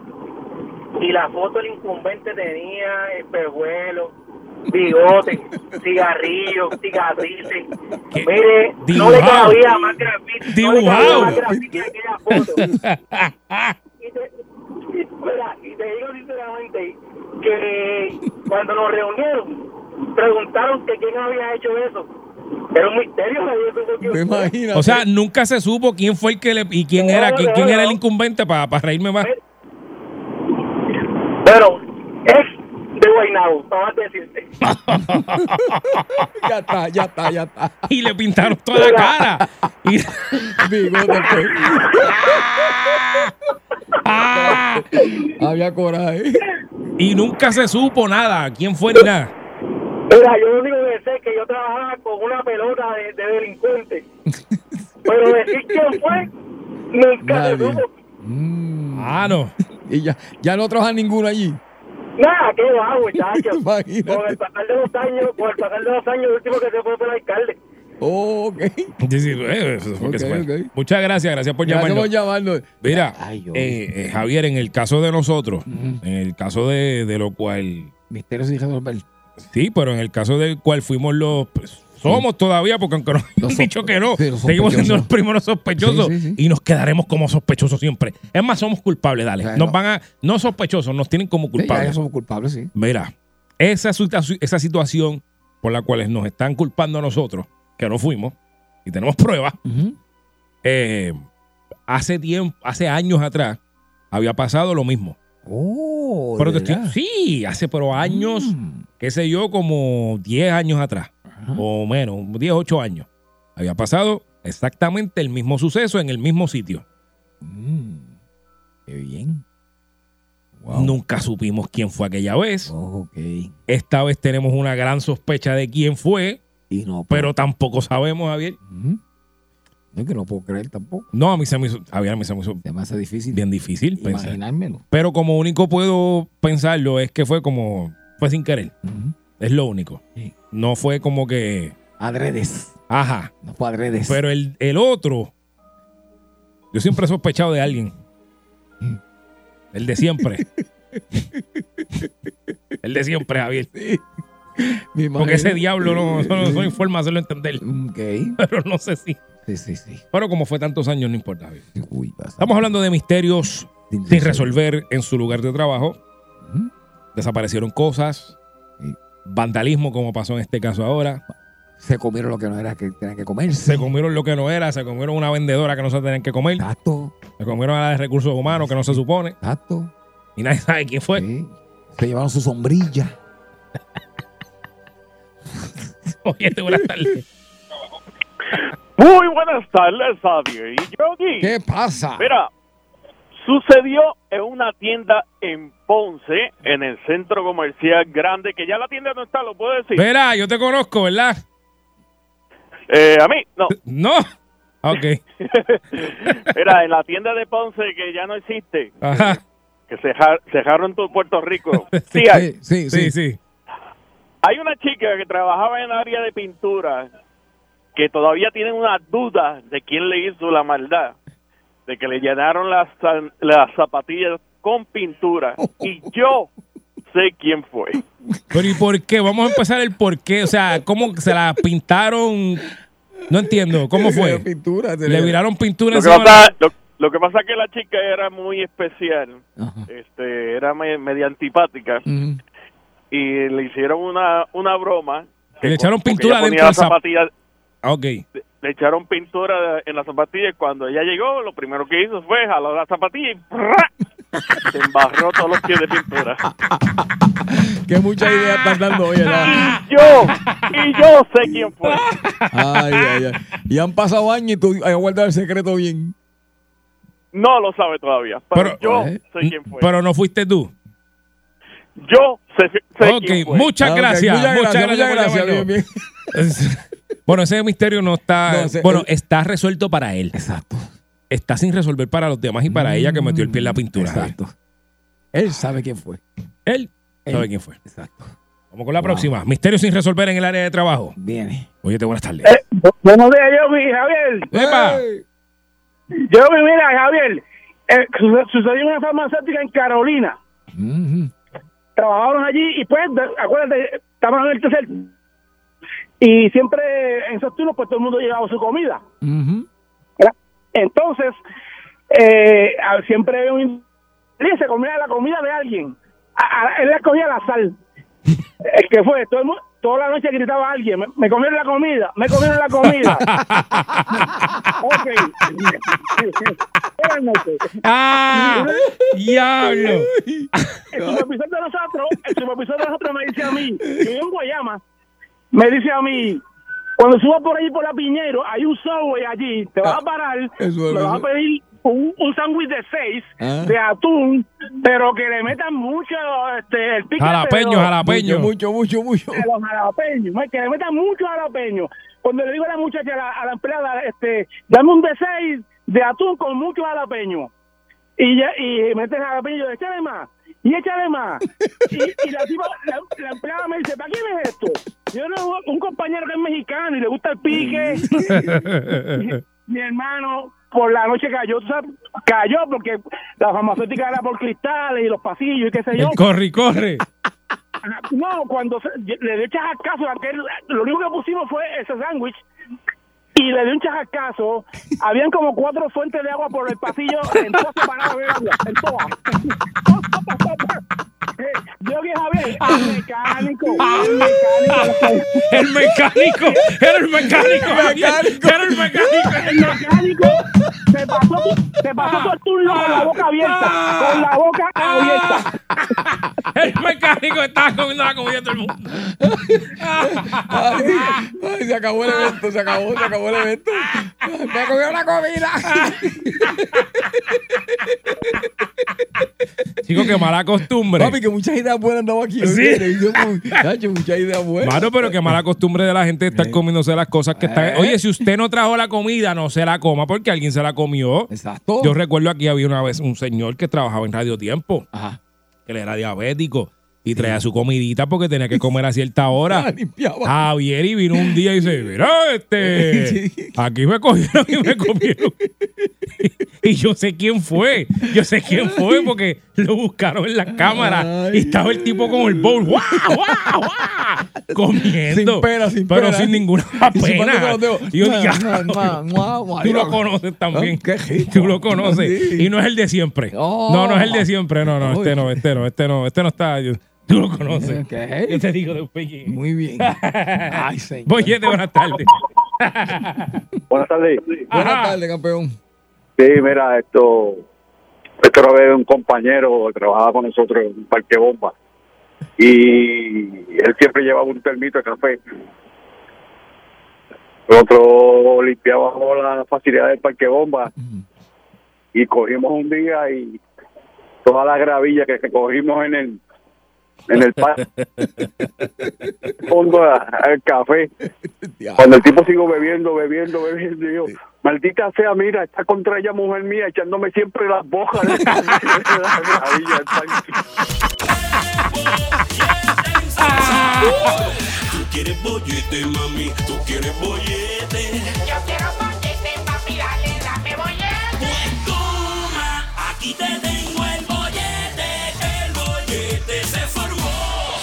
Speaker 9: y la foto del incumbente tenía espejuelo, bigote, cigarrillo, cicatrices. Mire, no le
Speaker 7: Dibujado.
Speaker 9: cabía más grafiti. No le cabía
Speaker 7: Dibujado.
Speaker 9: más grafiti en aquella foto. Y te, mira, y te digo sinceramente que cuando nos reunieron, preguntaron que quién había hecho eso. Era un misterio, nadie supo quién fue.
Speaker 7: O sea, nunca se supo quién fue el que le y quién era, quién, quién era el incumbente para reírme más.
Speaker 9: Pero es de Guaynabo, vamos a decirte.
Speaker 5: ya está, ya está, ya está.
Speaker 7: Y le pintaron toda la cara. Y...
Speaker 5: Bigote, pues. Había coraje.
Speaker 7: ¡ah! Y nunca se supo nada, quién fue ni nada.
Speaker 9: Mira, yo lo único que sé es que yo trabajaba con una pelota de, de delincuentes. Pero decir quién fue, nunca se
Speaker 5: Nadie.
Speaker 9: supo.
Speaker 7: Ah, no.
Speaker 5: Y ya, ya no trabaja ninguno allí.
Speaker 9: Nada, qué va, muchachos.
Speaker 5: Imagínate.
Speaker 9: Con el pasar de los años, con el pasar de los años, el último que se fue fue el alcalde.
Speaker 5: Oh, ok.
Speaker 7: Sí, sí, eh, eso fue que
Speaker 5: Ok,
Speaker 7: se fue.
Speaker 5: ok.
Speaker 7: Muchas gracias, gracias por
Speaker 5: Gracias
Speaker 7: llamarnos.
Speaker 5: por llamarnos.
Speaker 7: Mira, eh, eh, Javier, en el caso de nosotros, en el caso de, de lo cual,
Speaker 5: Misterio sin resolver.
Speaker 7: sí, pero en el caso del cual fuimos los, pues, somos todavía, porque aunque nos han dicho que no,
Speaker 5: sí, los
Speaker 7: seguimos siendo
Speaker 5: sospechosos.
Speaker 7: los primeros sospechosos y nos quedaremos como sospechosos siempre. Es más, somos culpables, dale.
Speaker 5: sea,
Speaker 7: nos
Speaker 5: no.
Speaker 7: van a, no sospechosos, nos tienen como
Speaker 5: Sí, ya,
Speaker 7: culpables.
Speaker 5: ya somos culpables, sí.
Speaker 7: Mira, esa, situa- esa situación por la cual nos están culpando a nosotros, que no fuimos, y tenemos pruebas, eh, hace tiempo, hace años atrás, había pasado lo mismo.
Speaker 5: Oh,
Speaker 7: Pero te
Speaker 5: ¿verdad?
Speaker 7: estoy- sí, hace pero años, qué sé yo, como 10 años atrás, o menos, 10, 8 años. Había pasado Exactamente el mismo suceso en el mismo sitio.
Speaker 5: Qué bien.
Speaker 7: Nunca supimos quién fue aquella vez. Esta vez tenemos una gran sospecha de quién fue,
Speaker 5: Y no, pues,
Speaker 7: pero tampoco sabemos, Javier.
Speaker 5: es que no puedo creer tampoco.
Speaker 7: No, a mí se me hizo, Javier, a mí se me hizo
Speaker 5: difícil.
Speaker 7: bien difícil pensar.
Speaker 5: Imaginármelo.
Speaker 7: Pero como único puedo pensarlo es que fue como, fue sin querer. Es lo único.
Speaker 5: Sí.
Speaker 7: No fue como que...
Speaker 5: Adredes.
Speaker 7: Ajá.
Speaker 5: No fue adredes.
Speaker 7: Pero el, el otro, yo siempre he sospechado de alguien. El de siempre. el de siempre, Javier.
Speaker 5: Me imagino.
Speaker 7: Porque ese diablo no, eso no, eso no hay forma de hacerlo entender. Pero no sé si.
Speaker 5: Sí, sí, sí.
Speaker 7: Pero como fue tantos años, no importa. Javier. Estamos hablando de misterios sin resolver en su lugar de trabajo. Desaparecieron cosas. Vandalismo, como pasó en este caso ahora.
Speaker 5: Se comieron lo que no era que tenían que comerse.
Speaker 7: Se comieron lo que no era, se comieron una vendedora que no se tenían que
Speaker 5: Ah.
Speaker 7: comer.
Speaker 5: Exacto.
Speaker 7: Se comieron a la de recursos humanos que no se supone.
Speaker 5: Exacto.
Speaker 7: Y nadie sabe quién fue.
Speaker 5: Se llevaron su sombrilla.
Speaker 7: Oye, te buenas tardes.
Speaker 14: Muy buenas tardes, Javier y Yogi.
Speaker 5: ¿Qué pasa?
Speaker 14: Mira, sucedió en una tienda en Ponce, en el centro comercial grande, que ya la tienda no está, lo puedo decir.
Speaker 7: Verá, yo te conozco, ¿verdad?
Speaker 14: Eh, a mí, no.
Speaker 7: No. Ah, Ok.
Speaker 14: Mira, en la tienda de Ponce que ya no existe,
Speaker 7: Ajá.
Speaker 14: que se ja- cerraron todo Puerto Rico. Sí, hay,
Speaker 5: Sí, sí.
Speaker 14: hay una chica que trabajaba en el área de pintura que todavía tienen una duda de quién le hizo la maldad, de que le llenaron las, zan- las zapatillas con pintura. Y yo sé quién fue.
Speaker 7: Pero ¿y por qué? Vamos a empezar el por qué. O sea, ¿cómo se la pintaron? No entiendo. ¿Cómo fue?
Speaker 5: Pintura, se
Speaker 7: Le viraron pintura
Speaker 14: Lo que,
Speaker 7: encima.
Speaker 14: pasa, lo, lo que pasa es que la chica era muy especial, este, era me- media antipática, y le hicieron una, una broma.
Speaker 7: Y le echaron
Speaker 14: porque
Speaker 7: pintura
Speaker 14: ella ponía
Speaker 7: dentro del
Speaker 14: las
Speaker 7: zapato.
Speaker 14: zapatillas-
Speaker 7: Ah, ok.
Speaker 14: le echaron pintura en las zapatillas. Cuando ella llegó, lo primero que hizo fue jalar la zapatilla y ¡prrra! se embarró todos los pies de pintura.
Speaker 5: Que mucha idea estás dando hoy, ¿verdad?
Speaker 14: Yo, y yo sé quién fue.
Speaker 5: Ay, ay, ay. Y han pasado años y tú has guardado el secreto bien.
Speaker 14: No lo sabe todavía, pero, yo
Speaker 7: eh.
Speaker 14: sé quién fue.
Speaker 7: Pero no fuiste tú.
Speaker 14: yo sé, sé
Speaker 7: Ok,
Speaker 14: quién fue.
Speaker 7: muchas
Speaker 5: Ah, ok.
Speaker 7: gracias.
Speaker 5: Muchas
Speaker 7: Muchas
Speaker 5: gracias,
Speaker 7: gracias. por
Speaker 5: muchas gracias.
Speaker 7: llamarnos.
Speaker 5: Bien,
Speaker 7: Bueno, ese misterio no está.
Speaker 5: No, ese-
Speaker 7: bueno,
Speaker 5: el-
Speaker 7: está resuelto para él. Exacto. Está sin resolver para los demás y
Speaker 5: Mm.
Speaker 7: para ella que metió el pie en la pintura. Exacto.
Speaker 5: Él sabe quién fue.
Speaker 7: Él sabe
Speaker 5: Él.
Speaker 7: quién fue. Exacto. Vamos con la próxima. Misterio sin resolver en el área de trabajo.
Speaker 5: Viene.
Speaker 7: Oye, te buenas tardes.
Speaker 9: Buenos días, Yogi, Javier.
Speaker 7: ¡Epa!
Speaker 9: Yogi, mira, Javier. eh, su- sucedió una farmacéutica en Carolina. Trabajaron allí y pues, de- acuérdate, estaban en el tercer. Y siempre en esos turnos, pues todo el mundo llevaba su comida. ¿verdad? Entonces, eh, a- siempre había un alguien se comía la comida de alguien. A- a- él le comía la sal. El que fue, todo el mu- toda la noche gritaba a alguien, me, me comieron la comida, me comieron la comida. ok. Buenas noches.
Speaker 7: ¡Ah! ¡Diablo!
Speaker 9: El supervisor de nosotros, el supervisor de nosotros me dice a mí, yo vivo en Guayama, me dice a mí, cuando subas por ahí por la Piñero, hay un subway allí, te vas a parar,
Speaker 5: Ah, eso es
Speaker 9: me vas a
Speaker 5: verdad.
Speaker 9: pedir un, un sándwich de seis,
Speaker 5: Ah.
Speaker 9: de atún, pero que le metan mucho este, el pique.
Speaker 7: Jalapeño, jalapeño.
Speaker 5: Mucho, mucho, mucho.
Speaker 9: De los jalapeños, ma, que le metan mucho jalapeño. Cuando le digo a la muchacha, a la, a la empleada, este, dame un de seis de atún con mucho jalapeño. Y, ya, y mete jalapeño, échale más, y échale más. y, y la, tipa- la, la empleada me dice, ¿para quién es esto? Yo no, un compañero que es mexicano y le gusta el pique. Mi hermano, por la noche cayó, tú sabes, cayó porque la farmacéutica era por cristales y los pasillos y qué sé yo.
Speaker 7: corre, corre.
Speaker 9: Ajá. No, cuando se- le echas a caso, lo único que pusimos fue ese sándwich y le dio un chajacazo. Habían como cuatro fuentes de agua por el pasillo, en todas paradas de agua, en todas. Yogi Javier, el mecánico, el mecánico.
Speaker 7: El mecánico, era el mecánico, Javier, era el mecánico.
Speaker 9: El mecánico se pasó, se pasó todo el turno con la boca abierta, con la boca abierta.
Speaker 7: El mecánico está comiendo la comida de todo el mundo.
Speaker 5: Ay, se acabó el evento, se acabó, se acabó el evento. Me comió la comida.
Speaker 7: Chico, qué mala costumbre.
Speaker 5: Papi, que muchas ideas buenas andaban aquí.
Speaker 7: Sí.
Speaker 5: ¿oíste? Yo, muchacho, muchas ideas buenas.
Speaker 7: Mano, pero qué mala costumbre de la gente estar comiéndose las cosas que están. Oye, si usted no trajo la comida, no se la coma porque alguien se la comió. Exacto. Yo recuerdo aquí había una vez un señor que trabajaba en Radio Tiempo. Que le era diabético. Y traía su comidita porque tenía que comer a cierta hora. Javier y vino un día y dice, mira, este, aquí me cogieron y me comieron. y yo sé quién fue, yo sé quién fue porque lo buscaron en la cámara y estaba el tipo con el bowl, ¡guau, guau, guau! Comiendo.
Speaker 5: Sin pena, sin
Speaker 7: Pero
Speaker 5: pena.
Speaker 7: sin ninguna
Speaker 5: Y chupando
Speaker 7: pena.
Speaker 5: con los dedos.
Speaker 7: Y yo "Ah,
Speaker 5: Ma,
Speaker 7: diga,
Speaker 5: ma, ma, ma, ma,
Speaker 7: tú
Speaker 5: ma.
Speaker 7: lo conoces también.
Speaker 5: Ah, qué rico.
Speaker 7: Tú lo conoces.
Speaker 5: Sí.
Speaker 7: Y no es el de siempre. No, no es el de siempre. No, no, este no, este no, este no, este no está. yo- Tú lo conoces. Yo te digo después quién.
Speaker 5: Muy bien. Ay, señor.
Speaker 7: Boyete, buenas tardes.
Speaker 15: Buenas tardes.
Speaker 5: Buenas tardes, campeón.
Speaker 15: Sí, mira, esto, esto era de un compañero que trabajaba con nosotros en un parque bomba. Y él siempre llevaba un termito de café. Nosotros limpiábamos las facilidades del parque bomba y cogimos un día y toda la gravilla que cogimos en el en el parque fondo a- al café cuando el tipo sigo bebiendo bebiendo bebiendo y yo maldita sea mira está contra ella mujer mía echándome siempre las bojas de- de la gravilla del parque.
Speaker 2: Tú quieres bollete, mami, tú quieres bollete. Yo quiero bollete, papi, dale, dame bollete. Pues toma, aquí te tengo el bollete, el bollete se formó.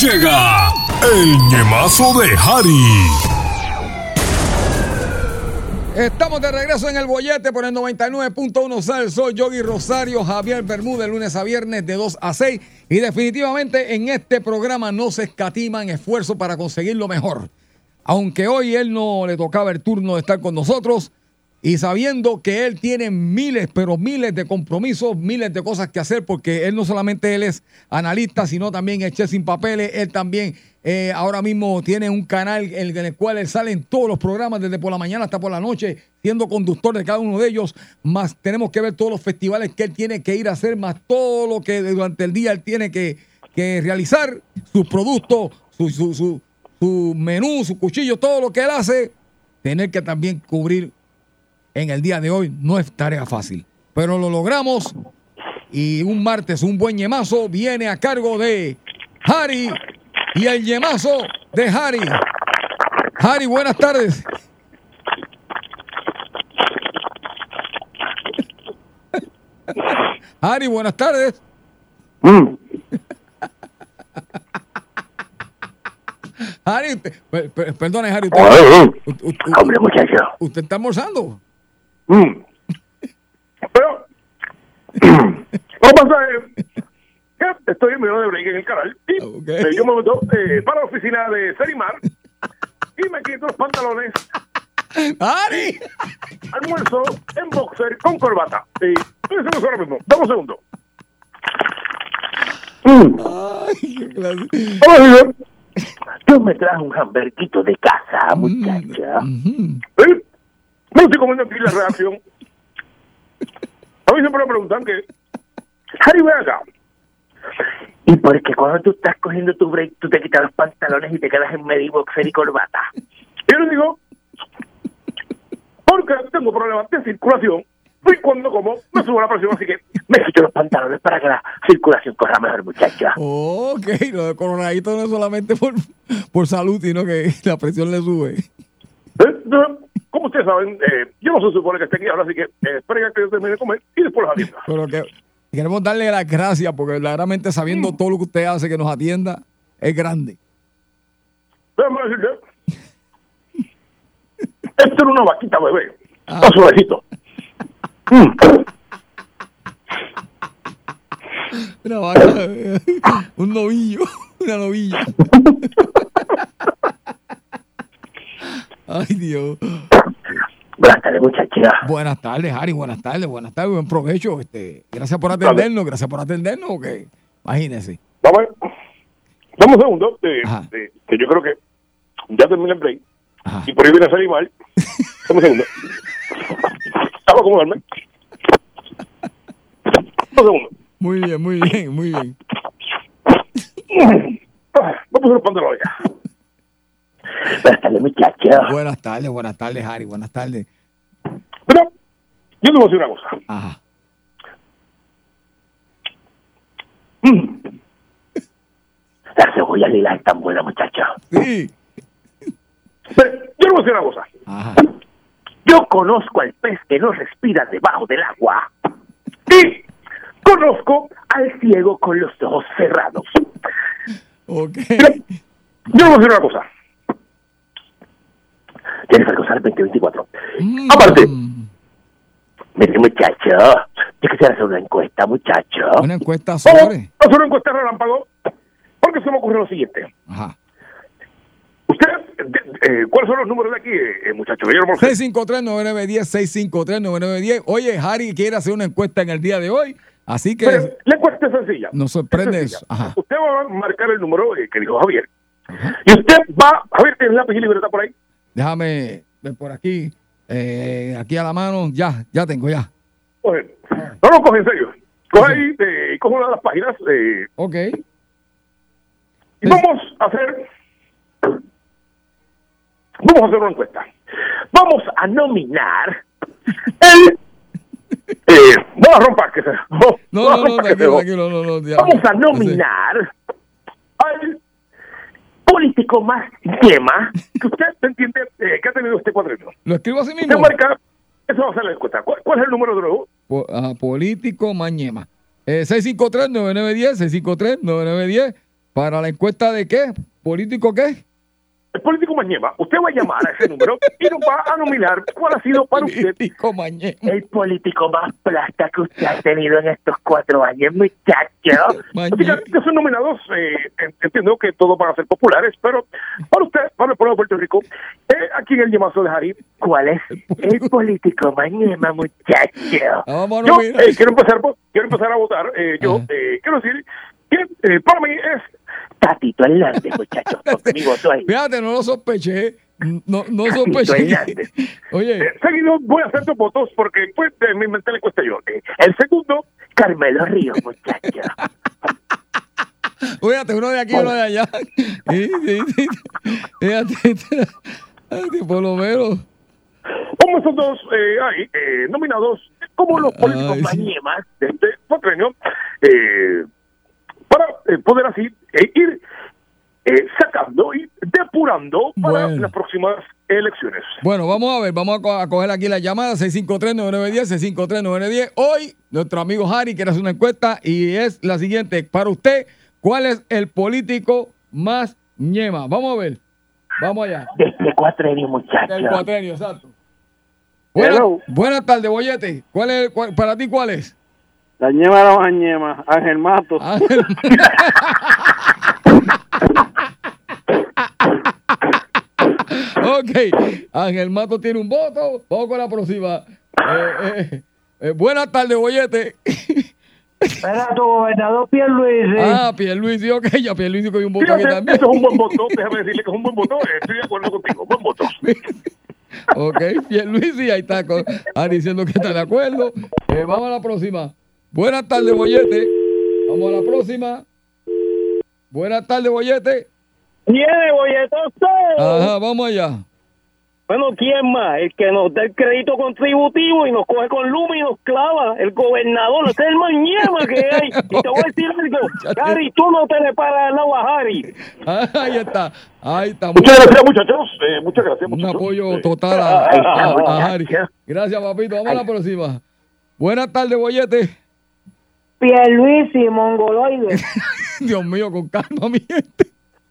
Speaker 1: Llega el ñemazo de Harry.
Speaker 5: Estamos de regreso en el bollete por el 99.1 Sal, soy Yogi Rosario, Javier Bermúdez, lunes a viernes de 2 a 6. Y definitivamente en este programa no se escatiman esfuerzo para conseguir lo mejor. Aunque hoy él no le tocaba el turno de estar con nosotros y sabiendo que él tiene miles, pero miles de compromisos, miles de cosas que hacer, porque él no solamente él es analista, sino también es chef sin papeles, él también eh, ahora mismo tiene un canal en el cual él sale en todos los programas, desde por la mañana hasta por la noche, siendo conductor de cada uno de ellos, más tenemos que ver todos los festivales que él tiene que ir a hacer, más todo lo que durante el día él tiene que, que realizar, sus productos, su, su, su, su menú, su cuchillo, todo lo que él hace, tener que también cubrir en el día de hoy no es tarea fácil. Pero lo logramos y un martes un buen yemazo viene a cargo de Harry y el yemazo de Harry. Harry, buenas tardes. Harry, buenas tardes.
Speaker 16: Mm.
Speaker 5: Harry, pe- pe- pe- perdone, Harry. Usted, u- u-
Speaker 16: Hombre, muchacho.
Speaker 5: ¿Usted está almorzando?
Speaker 16: Mm. Pero, ¿cómo pasa? eh, que estoy en medio de break en el canal. Y me dio un momento eh, para la oficina de Serimar y me quito los pantalones.
Speaker 5: ¡Ari!
Speaker 16: Almuerzo en boxer con corbata. Eh, Y pensemos ahora mismo. Dame un segundo. Hola, Yo me traje un hamburguito de casa, muchacha. ¿Eh? No estoy comiendo aquí la reacción. A mí siempre me preguntan que... Harry, ven acá.
Speaker 17: Y porque cuando tú estás cogiendo tu break, tú te quitas los pantalones y te quedas en medio boxer y corbata.
Speaker 16: Yo le digo, porque tengo problemas de circulación y cuando como me subo la presión, así que me quito los pantalones para que la circulación corra mejor, muchacha.
Speaker 5: Oh. Ok, lo de coronadito no es solamente por, por salud, sino que la presión le sube.
Speaker 16: Eh, Como ustedes saben, eh, yo no se supone que esté aquí ahora, así que eh, esperen a que yo termine de comer y después los atienda.
Speaker 5: Pero que queremos darle las gracias porque verdaderamente sabiendo todo lo que usted hace que nos atienda, es grande.
Speaker 16: Déjame decirle, esto era una vaquita bebé, está suavecito. Mm.
Speaker 5: Una vaca. Un novillo. Una novilla. Ay, Dios.
Speaker 17: Buenas tardes, muchachos.
Speaker 5: Buenas tardes, Ari. Buenas tardes, buenas tardes. Buen provecho. Este, gracias por atendernos. Gracias por atendernos. Okay. Imagínense.
Speaker 16: Vamos, a ver. Dame un segundo, eh, eh, que yo creo que ya termina el break. Y por ahí viene a salir mal. Dame un segundo. Vamos a acomodarme. Un segundo.
Speaker 5: Muy bien, muy bien, muy bien.
Speaker 16: Ah, Voy a poner los pantalones ya.
Speaker 17: Buenas tardes, muchachos.
Speaker 5: Buenas tardes, buenas tardes, Ari. Buenas tardes.
Speaker 16: Pero yo te voy a decir una cosa.
Speaker 5: Ajá.
Speaker 16: Mm,
Speaker 17: La cebolla lila es tan buena, muchachos.
Speaker 5: Sí.
Speaker 16: Pero yo te voy a decir una cosa.
Speaker 17: Yo conozco al pez que no respira debajo del agua.
Speaker 16: Y
Speaker 17: conozco al ciego con los ojos cerrados.
Speaker 5: Ok.
Speaker 16: Yo te voy a decir una cosa.
Speaker 17: Jennifer González 2024.
Speaker 5: Mm.
Speaker 17: Aparte, mire, muchacho, yo quisiera hacer una encuesta, muchacho.
Speaker 5: Una encuesta
Speaker 16: Vamos
Speaker 5: sobre.
Speaker 16: a hacer una encuesta relámpago. Porque se me ocurrió lo siguiente.
Speaker 5: Ajá.
Speaker 16: ¿Usted, eh, eh, cuáles son los números de aquí, eh, eh, muchachos? Yo no me los sé.
Speaker 5: 653-9910, 653-9910. Oye, Harry quiere hacer una encuesta en el día de hoy, así que
Speaker 16: Pero la encuesta es sencilla.
Speaker 5: nos sorprende
Speaker 16: Es
Speaker 5: eso.
Speaker 16: sencilla.
Speaker 5: Ajá.
Speaker 16: Usted va a marcar el número eh, que dijo Javier. Y usted va, Javier, tiene lápiz y libreta por ahí.
Speaker 5: Déjame ver por aquí, eh, aquí a la mano, ya, ya tengo, ya.
Speaker 16: Coge. No lo coge en serio. Coge ahí, eh, coge una de las páginas. Eh,
Speaker 5: ok.
Speaker 16: Y vamos a hacer. Vamos a hacer una encuesta.
Speaker 17: Vamos a nominar
Speaker 16: Eh, no la rompa, que se. No,
Speaker 5: No, no,
Speaker 16: la
Speaker 5: no,
Speaker 16: rompa, que se-
Speaker 5: tranquilo, tranquilo, no, no, ya.
Speaker 17: Vamos a nominar
Speaker 16: al
Speaker 17: político más tema.
Speaker 16: que usted entiende eh, que ha tenido este cuadrito.
Speaker 5: Lo escribo así
Speaker 16: Usted
Speaker 5: mismo.
Speaker 16: marca. Eso va a ser la encuesta. ¿Cuál, cuál es el número de nuevo?
Speaker 5: Po- ajá, político Mañema. Eh, 653-9910, 653-9910. ¿Para la encuesta de qué? ¿Político qué?
Speaker 16: El político Mañema. Usted va a llamar a ese número y nos va a nominar cuál ha sido para usted.
Speaker 5: Político Mañema.
Speaker 17: El político más plasta que usted ha tenido en estos cuatro años, muchacho.
Speaker 16: Así que que son nominados, eh, en- entiendo que todos van a ser populares, pero para usted, para el pueblo de Puerto Rico, eh, aquí en el llamazo de Jari,
Speaker 17: ¿Cuál es el político mañana, muchacho?
Speaker 5: Ah,
Speaker 16: yo eh, quiero, empezar, por- quiero empezar a votar. eh, yo eh, quiero decir que eh, para mí es
Speaker 17: Tatito Hernández, muchachos. Conmigo soy.
Speaker 5: Fíjate, no lo sospeché. No, no
Speaker 17: Tatito
Speaker 5: sospeché. que-
Speaker 17: Hernández.
Speaker 5: Oye.
Speaker 16: Seguido voy a hacer dos votos porque pues eh, me inventé la encuesta yo. Eh, El segundo,
Speaker 17: Carmelo Ríos, muchacho.
Speaker 5: Fíjate, uno de aquí y uno de allá. Sí, sí, sí. Fíjate, fíjate, por lo menos.
Speaker 16: como esos dos eh, ahí, eh, nominados como los políticos más ñemas de este cuatrenio, eh, para eh, poder así eh, ir eh, sacando y depurando para las próximas elecciones.
Speaker 5: Bueno, vamos a ver, vamos a, co- a coger aquí la llamada 653-9910, 653-9910. Hoy, nuestro amigo Harry quiere hacer una encuesta y es la siguiente. Para usted, ¿cuál es el político más ñema? Vamos a ver. Vamos allá.
Speaker 16: este
Speaker 17: Desde cuatro años,
Speaker 5: El
Speaker 17: muchacho.
Speaker 5: cuatrenio, exacto. Buena-
Speaker 17: Hello.
Speaker 5: Buenas tardes, Boyete. ¿Cuál es, el- cuál- ¿Para ti cuál es?
Speaker 18: La ñema la más ñema, Ángel Matos.
Speaker 5: Ok, Ángel Mato tiene un voto. Vamos con la próxima. Eh, eh, eh, buenas tardes, Boyete.
Speaker 19: Era tu gobernador Pierluisi.
Speaker 5: Ah, Pierluisi, ok, ya Pierluisi cogió un voto aquí
Speaker 16: Fíjate,
Speaker 5: también.
Speaker 16: eso es un buen voto, déjame decirle que es un buen voto, eh, estoy de acuerdo contigo, buen voto.
Speaker 5: Ok, Pierluisi, ahí está con, ah, diciendo que está de acuerdo. Eh, vamos a la próxima. Buenas tardes, Boyete. Vamos a la próxima. Buenas tardes, Boyete.
Speaker 19: Tiene bolletazo.
Speaker 5: Ajá, vamos allá.
Speaker 19: Bueno, ¿quién más? El que nos da el crédito contributivo y nos coge con luma y nos clava. El gobernador, ese es el mañana que hay. Y te voy a decir algo. Harry, tú no te le paras al agua, Harry.
Speaker 5: Ahí está, ahí está.
Speaker 16: Muchas gracias, muchachos. Eh, muchas gracias,
Speaker 5: Un apoyo total a,
Speaker 16: Ahí está,
Speaker 5: a-
Speaker 16: bueno,
Speaker 5: a Harry. Gracias, papito. Vamos a la próxima. Buenas tardes, Boyete.
Speaker 13: Pierluisi, mongoloide.
Speaker 5: Dios mío, con calma, mi gente.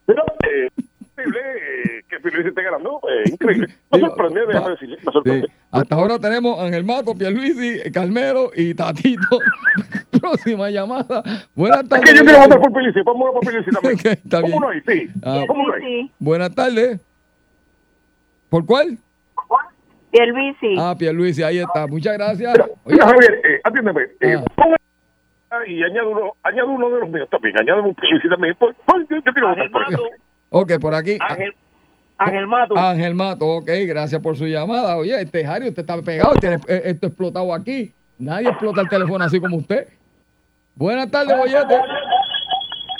Speaker 16: Pero, eh, es posible, eh, que Pierluisi esté ganando, eh, increíble. Me sorprende, déjame decirle, me
Speaker 5: Sí.
Speaker 16: sorprende.
Speaker 5: Hasta ahora tenemos Ángel Mato, Pierluisi, Calmero y Tatito. Próxima llamada. Buenas
Speaker 16: Es
Speaker 5: tardes.
Speaker 16: que yo quiero votar por Pierluisi, pongo una por Pierluisi también.
Speaker 5: Ok, está bien.
Speaker 16: Pongo uno ahí, sí.
Speaker 5: Ah.
Speaker 16: Pongo uno ahí.
Speaker 5: Buenas tardes. ¿Por cuál?
Speaker 13: Pierluisi.
Speaker 5: Ah, Pierluisi, ahí está. Muchas gracias. Oye, ah.
Speaker 16: Mira, Javier, eh, atiéndeme. Eh, pongo- y añado uno, añado uno de los míos también, añado un Pierluisi también. Por, por- yo, yo quiero votar por él.
Speaker 5: ok, por aquí.
Speaker 19: Ángel Mato.
Speaker 5: Ángel Mato, ok, gracias por su llamada. Oye, este Jario, usted está pegado, tiene eh, esto explotado aquí. Nadie explota el teléfono así como usted. Buenas tardes, Boyete.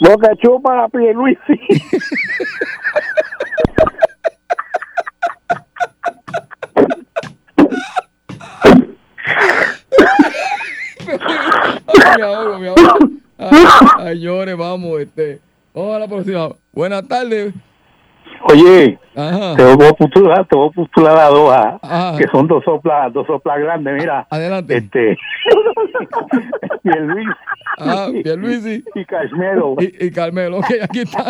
Speaker 19: Boca chupa a Pierluisi.
Speaker 5: Ay, me ahogo, me ahogo. Ay, ay, llore, vamos, este. Vamos a la próxima. Buenas tardes.
Speaker 20: Oye,
Speaker 5: Ajá.
Speaker 20: te voy a postular, te voy a postular a dos, a-
Speaker 5: Ajá.
Speaker 20: que son dos soplas, dos soplas grandes, mira.
Speaker 5: Adelante.
Speaker 20: Este, Pierluisi.
Speaker 5: Ah, Pierluisi.
Speaker 20: Y, y Carmelo.
Speaker 5: Y, y Carmelo, ok, aquí está.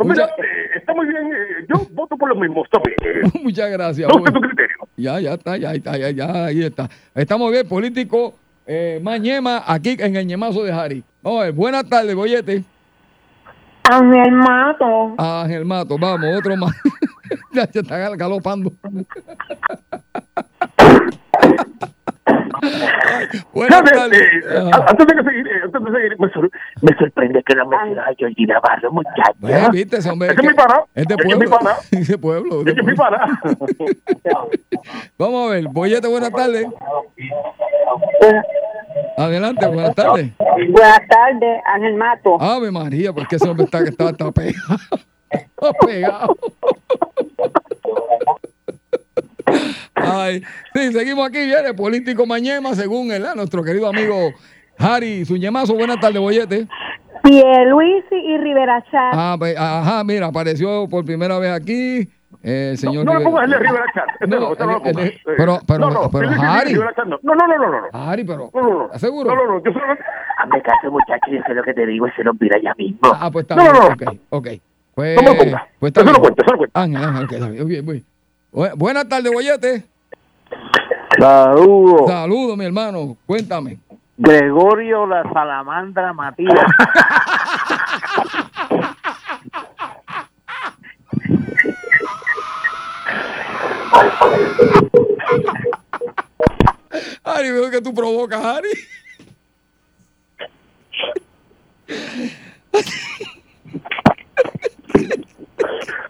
Speaker 5: Mucha-
Speaker 16: Pues Está muy bien, eh, yo voto por los mismos también. eh.
Speaker 5: muchas gracias.
Speaker 16: No,
Speaker 5: Boy.
Speaker 16: que tu criterio.
Speaker 5: Ya, ya está, ya está, ya, ya, ahí está. Estamos bien, político eh, Mañema, aquí en el ñemazo de Jari. Vamos a ver, buenas tardes, Boyete.
Speaker 13: Ángel Mato.
Speaker 5: Ángel Mato, vamos, otro más. ya se está gal- galopando. Buenas
Speaker 16: Fíjate,
Speaker 5: tardes.
Speaker 16: eh, a- antes de que seguir, eh, antes de seguir, me, sor- me sorprende que no
Speaker 5: Ah.
Speaker 16: me diga a Jordi Navarro, muchacho.
Speaker 5: Ve, Ah, eh, viste, ese hombre,
Speaker 16: Es que es
Speaker 5: que-
Speaker 16: mi pana.
Speaker 5: es de
Speaker 16: que es mi
Speaker 5: pueblo.
Speaker 16: pana.
Speaker 5: Es de pueblo.
Speaker 16: Es que es mi pana.
Speaker 5: Vamos a ver, pues, Boyete, buenas tardes. Adelante, buenas tardes.
Speaker 13: Buenas tardes, Ángel Mato.
Speaker 5: Ave María, porque ese hombre está, está, está pegado. Está pegado. Ay, sí, seguimos aquí, viene político Mañema, según el, nuestro querido amigo Harry Suñemazo. Buenas tardes, Boyete.
Speaker 13: Pierluisi y Rivera Chat.
Speaker 5: Ah, pues, ajá, mira, apareció por primera vez aquí. eh, señor
Speaker 16: No le
Speaker 5: Rivera-
Speaker 16: pongas el de Rivera Chat. Este
Speaker 5: No,
Speaker 16: no, este no lo
Speaker 5: el- el-
Speaker 16: pongas. Eh,
Speaker 5: pero- pero-
Speaker 16: no, no,
Speaker 5: pero,
Speaker 16: el de
Speaker 5: Harry.
Speaker 16: Rivera Chat no. No, no, no, no, no. no.
Speaker 5: Ari, pero.
Speaker 16: No, no, no.
Speaker 5: ¿Seguro?
Speaker 16: No, no, no. Yo solo...
Speaker 17: Hazme caso, muchacho, yo sé lo que te digo, ese lo mira ya mismo.
Speaker 5: Ah, pues está
Speaker 17: No,
Speaker 5: bien.
Speaker 17: no, no.
Speaker 5: Ok, ok. Pues,
Speaker 17: No me lo cuenta.
Speaker 5: pues está
Speaker 17: Eso
Speaker 5: bien.
Speaker 17: lo cuenta, eso lo cuenta.
Speaker 5: Ángel, Ángel, ok, está bien, bien, bien. Bu- Buenas tardes, Boyete.
Speaker 17: Oh.
Speaker 19: Saludos.
Speaker 5: Saludos, mi hermano. Cuéntame.
Speaker 19: Gregorio la salamandra Matías.
Speaker 5: Ari, veo que tú provocas, Ari.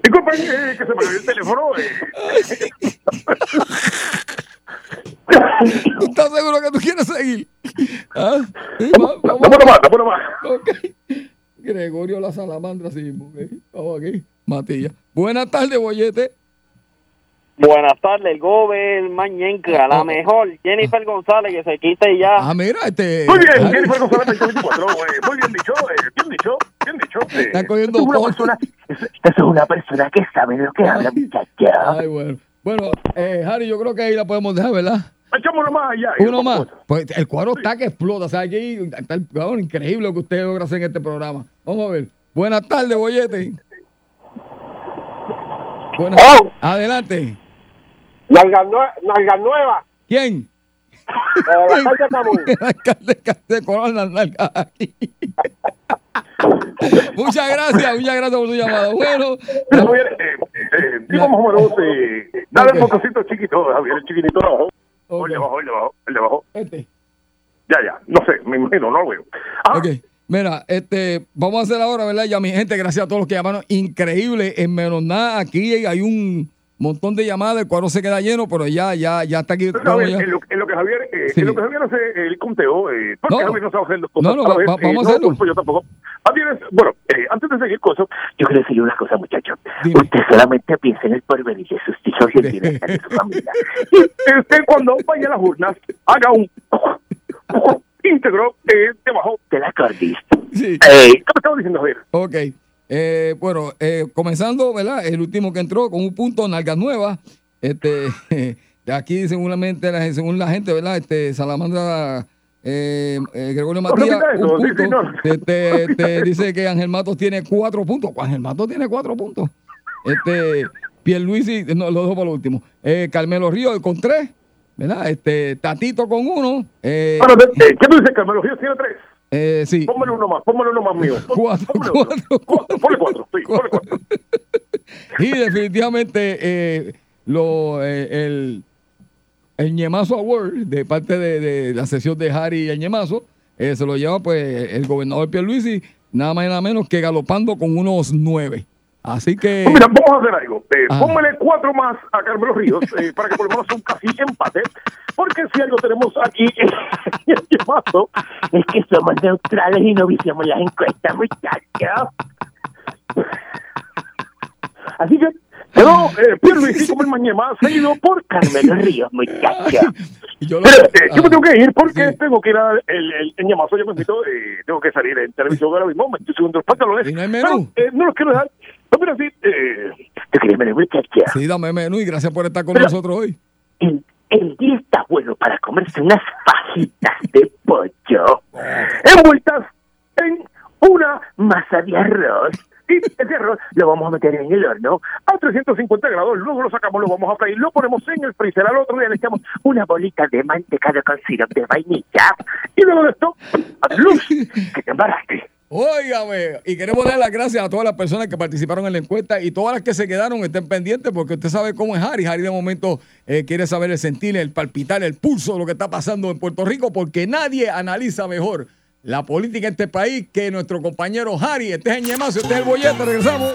Speaker 16: Disculpen eh, que se me olvidó el teléfono. eh.
Speaker 5: ¿Tú ¿Estás seguro que tú quieres seguir? ¿Ah? Sí, va- vamos.
Speaker 16: No puedo más, no puedo más.
Speaker 5: Ok. Gregorio la salamandra, sí mismo. ok. Vamos aquí. Matías. Buenas tardes, Boyete.
Speaker 14: Buenas tardes, el Gobel Mañenca, la mejor, Jennifer González, que se quite ya.
Speaker 5: Ah, mira, este.
Speaker 16: Muy bien,
Speaker 5: Ari,
Speaker 16: Jennifer González, 2024, eh, Muy bien dicho, eh, bien dicho, bien dicho. eh.
Speaker 5: Está cogiendo
Speaker 17: Tú una
Speaker 5: todo.
Speaker 17: persona, eso, eso es una persona que sabe de lo que habla, muchacho.
Speaker 5: Ay, bueno. Bueno, eh, Harry, yo creo que ahí la podemos dejar, ¿verdad?
Speaker 16: Echamos uno más allá. eh,
Speaker 5: Uno más. Pues el cuadro está que explota. O sea, aquí está el cabrón, increíble lo que usted logra hacer en este programa. Vamos a ver. Buenas tardes, Boyete. Buenas Adelante.
Speaker 19: Nalga, nue- nalga nueva.
Speaker 5: ¿Quién?
Speaker 19: Eh, la calle Camón.
Speaker 5: El alcalde de Corona Nalga aquí. muchas gracias, muchas gracias por su llamada. Bueno,
Speaker 16: Mira, Javier, eh, eh, digo más o menos, eh, dale un fotocito chiquito, Javier, el chiquitito abajo. El de abajo, el de abajo, el de abajo.
Speaker 5: Este.
Speaker 16: Ya, ya, no sé, me imagino, no lo veo. Ah,
Speaker 5: Ok, mira, este, vamos a hacer ahora, ¿verdad? Ya mi gente, gracias a todos los que llamaron. Increíble, en menos nada, aquí hay un montón de llamadas, el cuadro se queda lleno, pero ya, ya, ya está aquí.
Speaker 16: Javier,
Speaker 5: vamos ya.
Speaker 16: en, lo, en lo que Javier, eh,
Speaker 5: Sí.
Speaker 16: en lo que Javier hace el conteo, eh, porque
Speaker 5: No.
Speaker 16: Javier no sabe hacer las
Speaker 5: No,
Speaker 16: cosas.
Speaker 5: no,
Speaker 16: a la
Speaker 5: va-
Speaker 16: vez,
Speaker 5: va-
Speaker 16: eh,
Speaker 5: vamos a
Speaker 16: no lo
Speaker 5: hacerlo.
Speaker 16: culpo yo tampoco. Javier es- bueno, eh, antes de seguir con eso,
Speaker 17: Yo quiero decirle una cosa, muchacho. Usted solamente piensa en el porvenir de sus hijos y el bienestar de su familia.
Speaker 16: que usted cuando vaya a las urnas, haga un íntegro eh, debajo.
Speaker 17: Te la cordiste.
Speaker 5: Sí.
Speaker 17: Ey.
Speaker 16: ¿Qué me estaba diciendo, Javier?
Speaker 5: Ok. Eh, bueno, eh, comenzando, ¿verdad? El último que entró con un punto, Nalgas Nuevas. Este, de aquí, seguramente, la- según la gente, ¿verdad? Este, Salamandra eh, eh, Gregorio
Speaker 16: No,
Speaker 5: Matías,
Speaker 16: repita eso,
Speaker 5: un
Speaker 16: sí,
Speaker 5: punto.
Speaker 16: sí, no, no.
Speaker 5: Este,
Speaker 16: Repita
Speaker 5: este,
Speaker 16: eso.
Speaker 5: dice que Ángel Matos tiene cuatro puntos. Ángel Matos tiene cuatro puntos. Este, Pierluisi, no, lo dejo para lo último. Eh, Carmelo Ríos con tres, ¿verdad? Este, Tatito con uno. Eh,
Speaker 16: Bueno, de- eh, ¿Qué tú dices, Carmelo? Ríos tiene tres.
Speaker 5: eh, sí.
Speaker 16: Póngale uno más, póngale uno más mío.
Speaker 5: Cuatro, cuatro,
Speaker 16: Ponle cuatro, sí, ponle cuatro.
Speaker 5: Y definitivamente eh, lo, eh, el, el Ñemazo Award de parte de, de la sesión de Harry y el Ñemazo eh, se lo lleva pues el gobernador Pierluisi, nada más y nada menos que galopando con unos nueve. Así que...
Speaker 16: Pues mira, vamos a hacer algo. Eh,
Speaker 5: Ajá.
Speaker 16: póngale cuatro más a Carmelo Ríos eh, para que por lo menos sea un casi empate. Porque si algo tenemos aquí, el Ñemazo,
Speaker 17: Es que somos neutrales y no viciamos las encuestas, muchachos.
Speaker 16: Así que quedó eh, Pierluisi como el mañemá seguido por Carmelo Ríos, muchacha.
Speaker 5: Yo,
Speaker 16: Pero, eh, yo me tengo que ir porque tengo que ir al el, el, el ñemazo, yo me invito, eh, tengo que salir en televisión ahora mismo, me estoy subiendo los pantalones.
Speaker 5: Ah,
Speaker 16: no Pero, eh, no los quiero dejar. No, mira, sí, eh,
Speaker 17: Yo quería ver, muchacha.
Speaker 5: Sí, dame menú y gracias por estar con
Speaker 17: Pero-
Speaker 5: nosotros hoy.
Speaker 17: El, el día está bueno para comerse unas fajitas de pollo envueltas en una masa de arroz.
Speaker 16: y ese arroz lo vamos a meter en el horno a 350 grados, luego lo sacamos, lo vamos a freír, lo ponemos en el freezer, al otro día le echamos
Speaker 17: Una bolita de mantecado con sirope de vainilla.
Speaker 16: y luego de esto, a luz, que te embaraste.
Speaker 5: Óigame, y queremos dar las gracias a todas las personas que participaron en la encuesta y todas las que se quedaron estén pendientes porque usted sabe cómo es Harry. Harry de momento eh, quiere saber el sentir, el palpitar, el pulso de lo que está pasando en Puerto Rico porque nadie analiza mejor la política en este país que nuestro compañero Harry. Este es el ñemazo, este es el bollete, regresamos.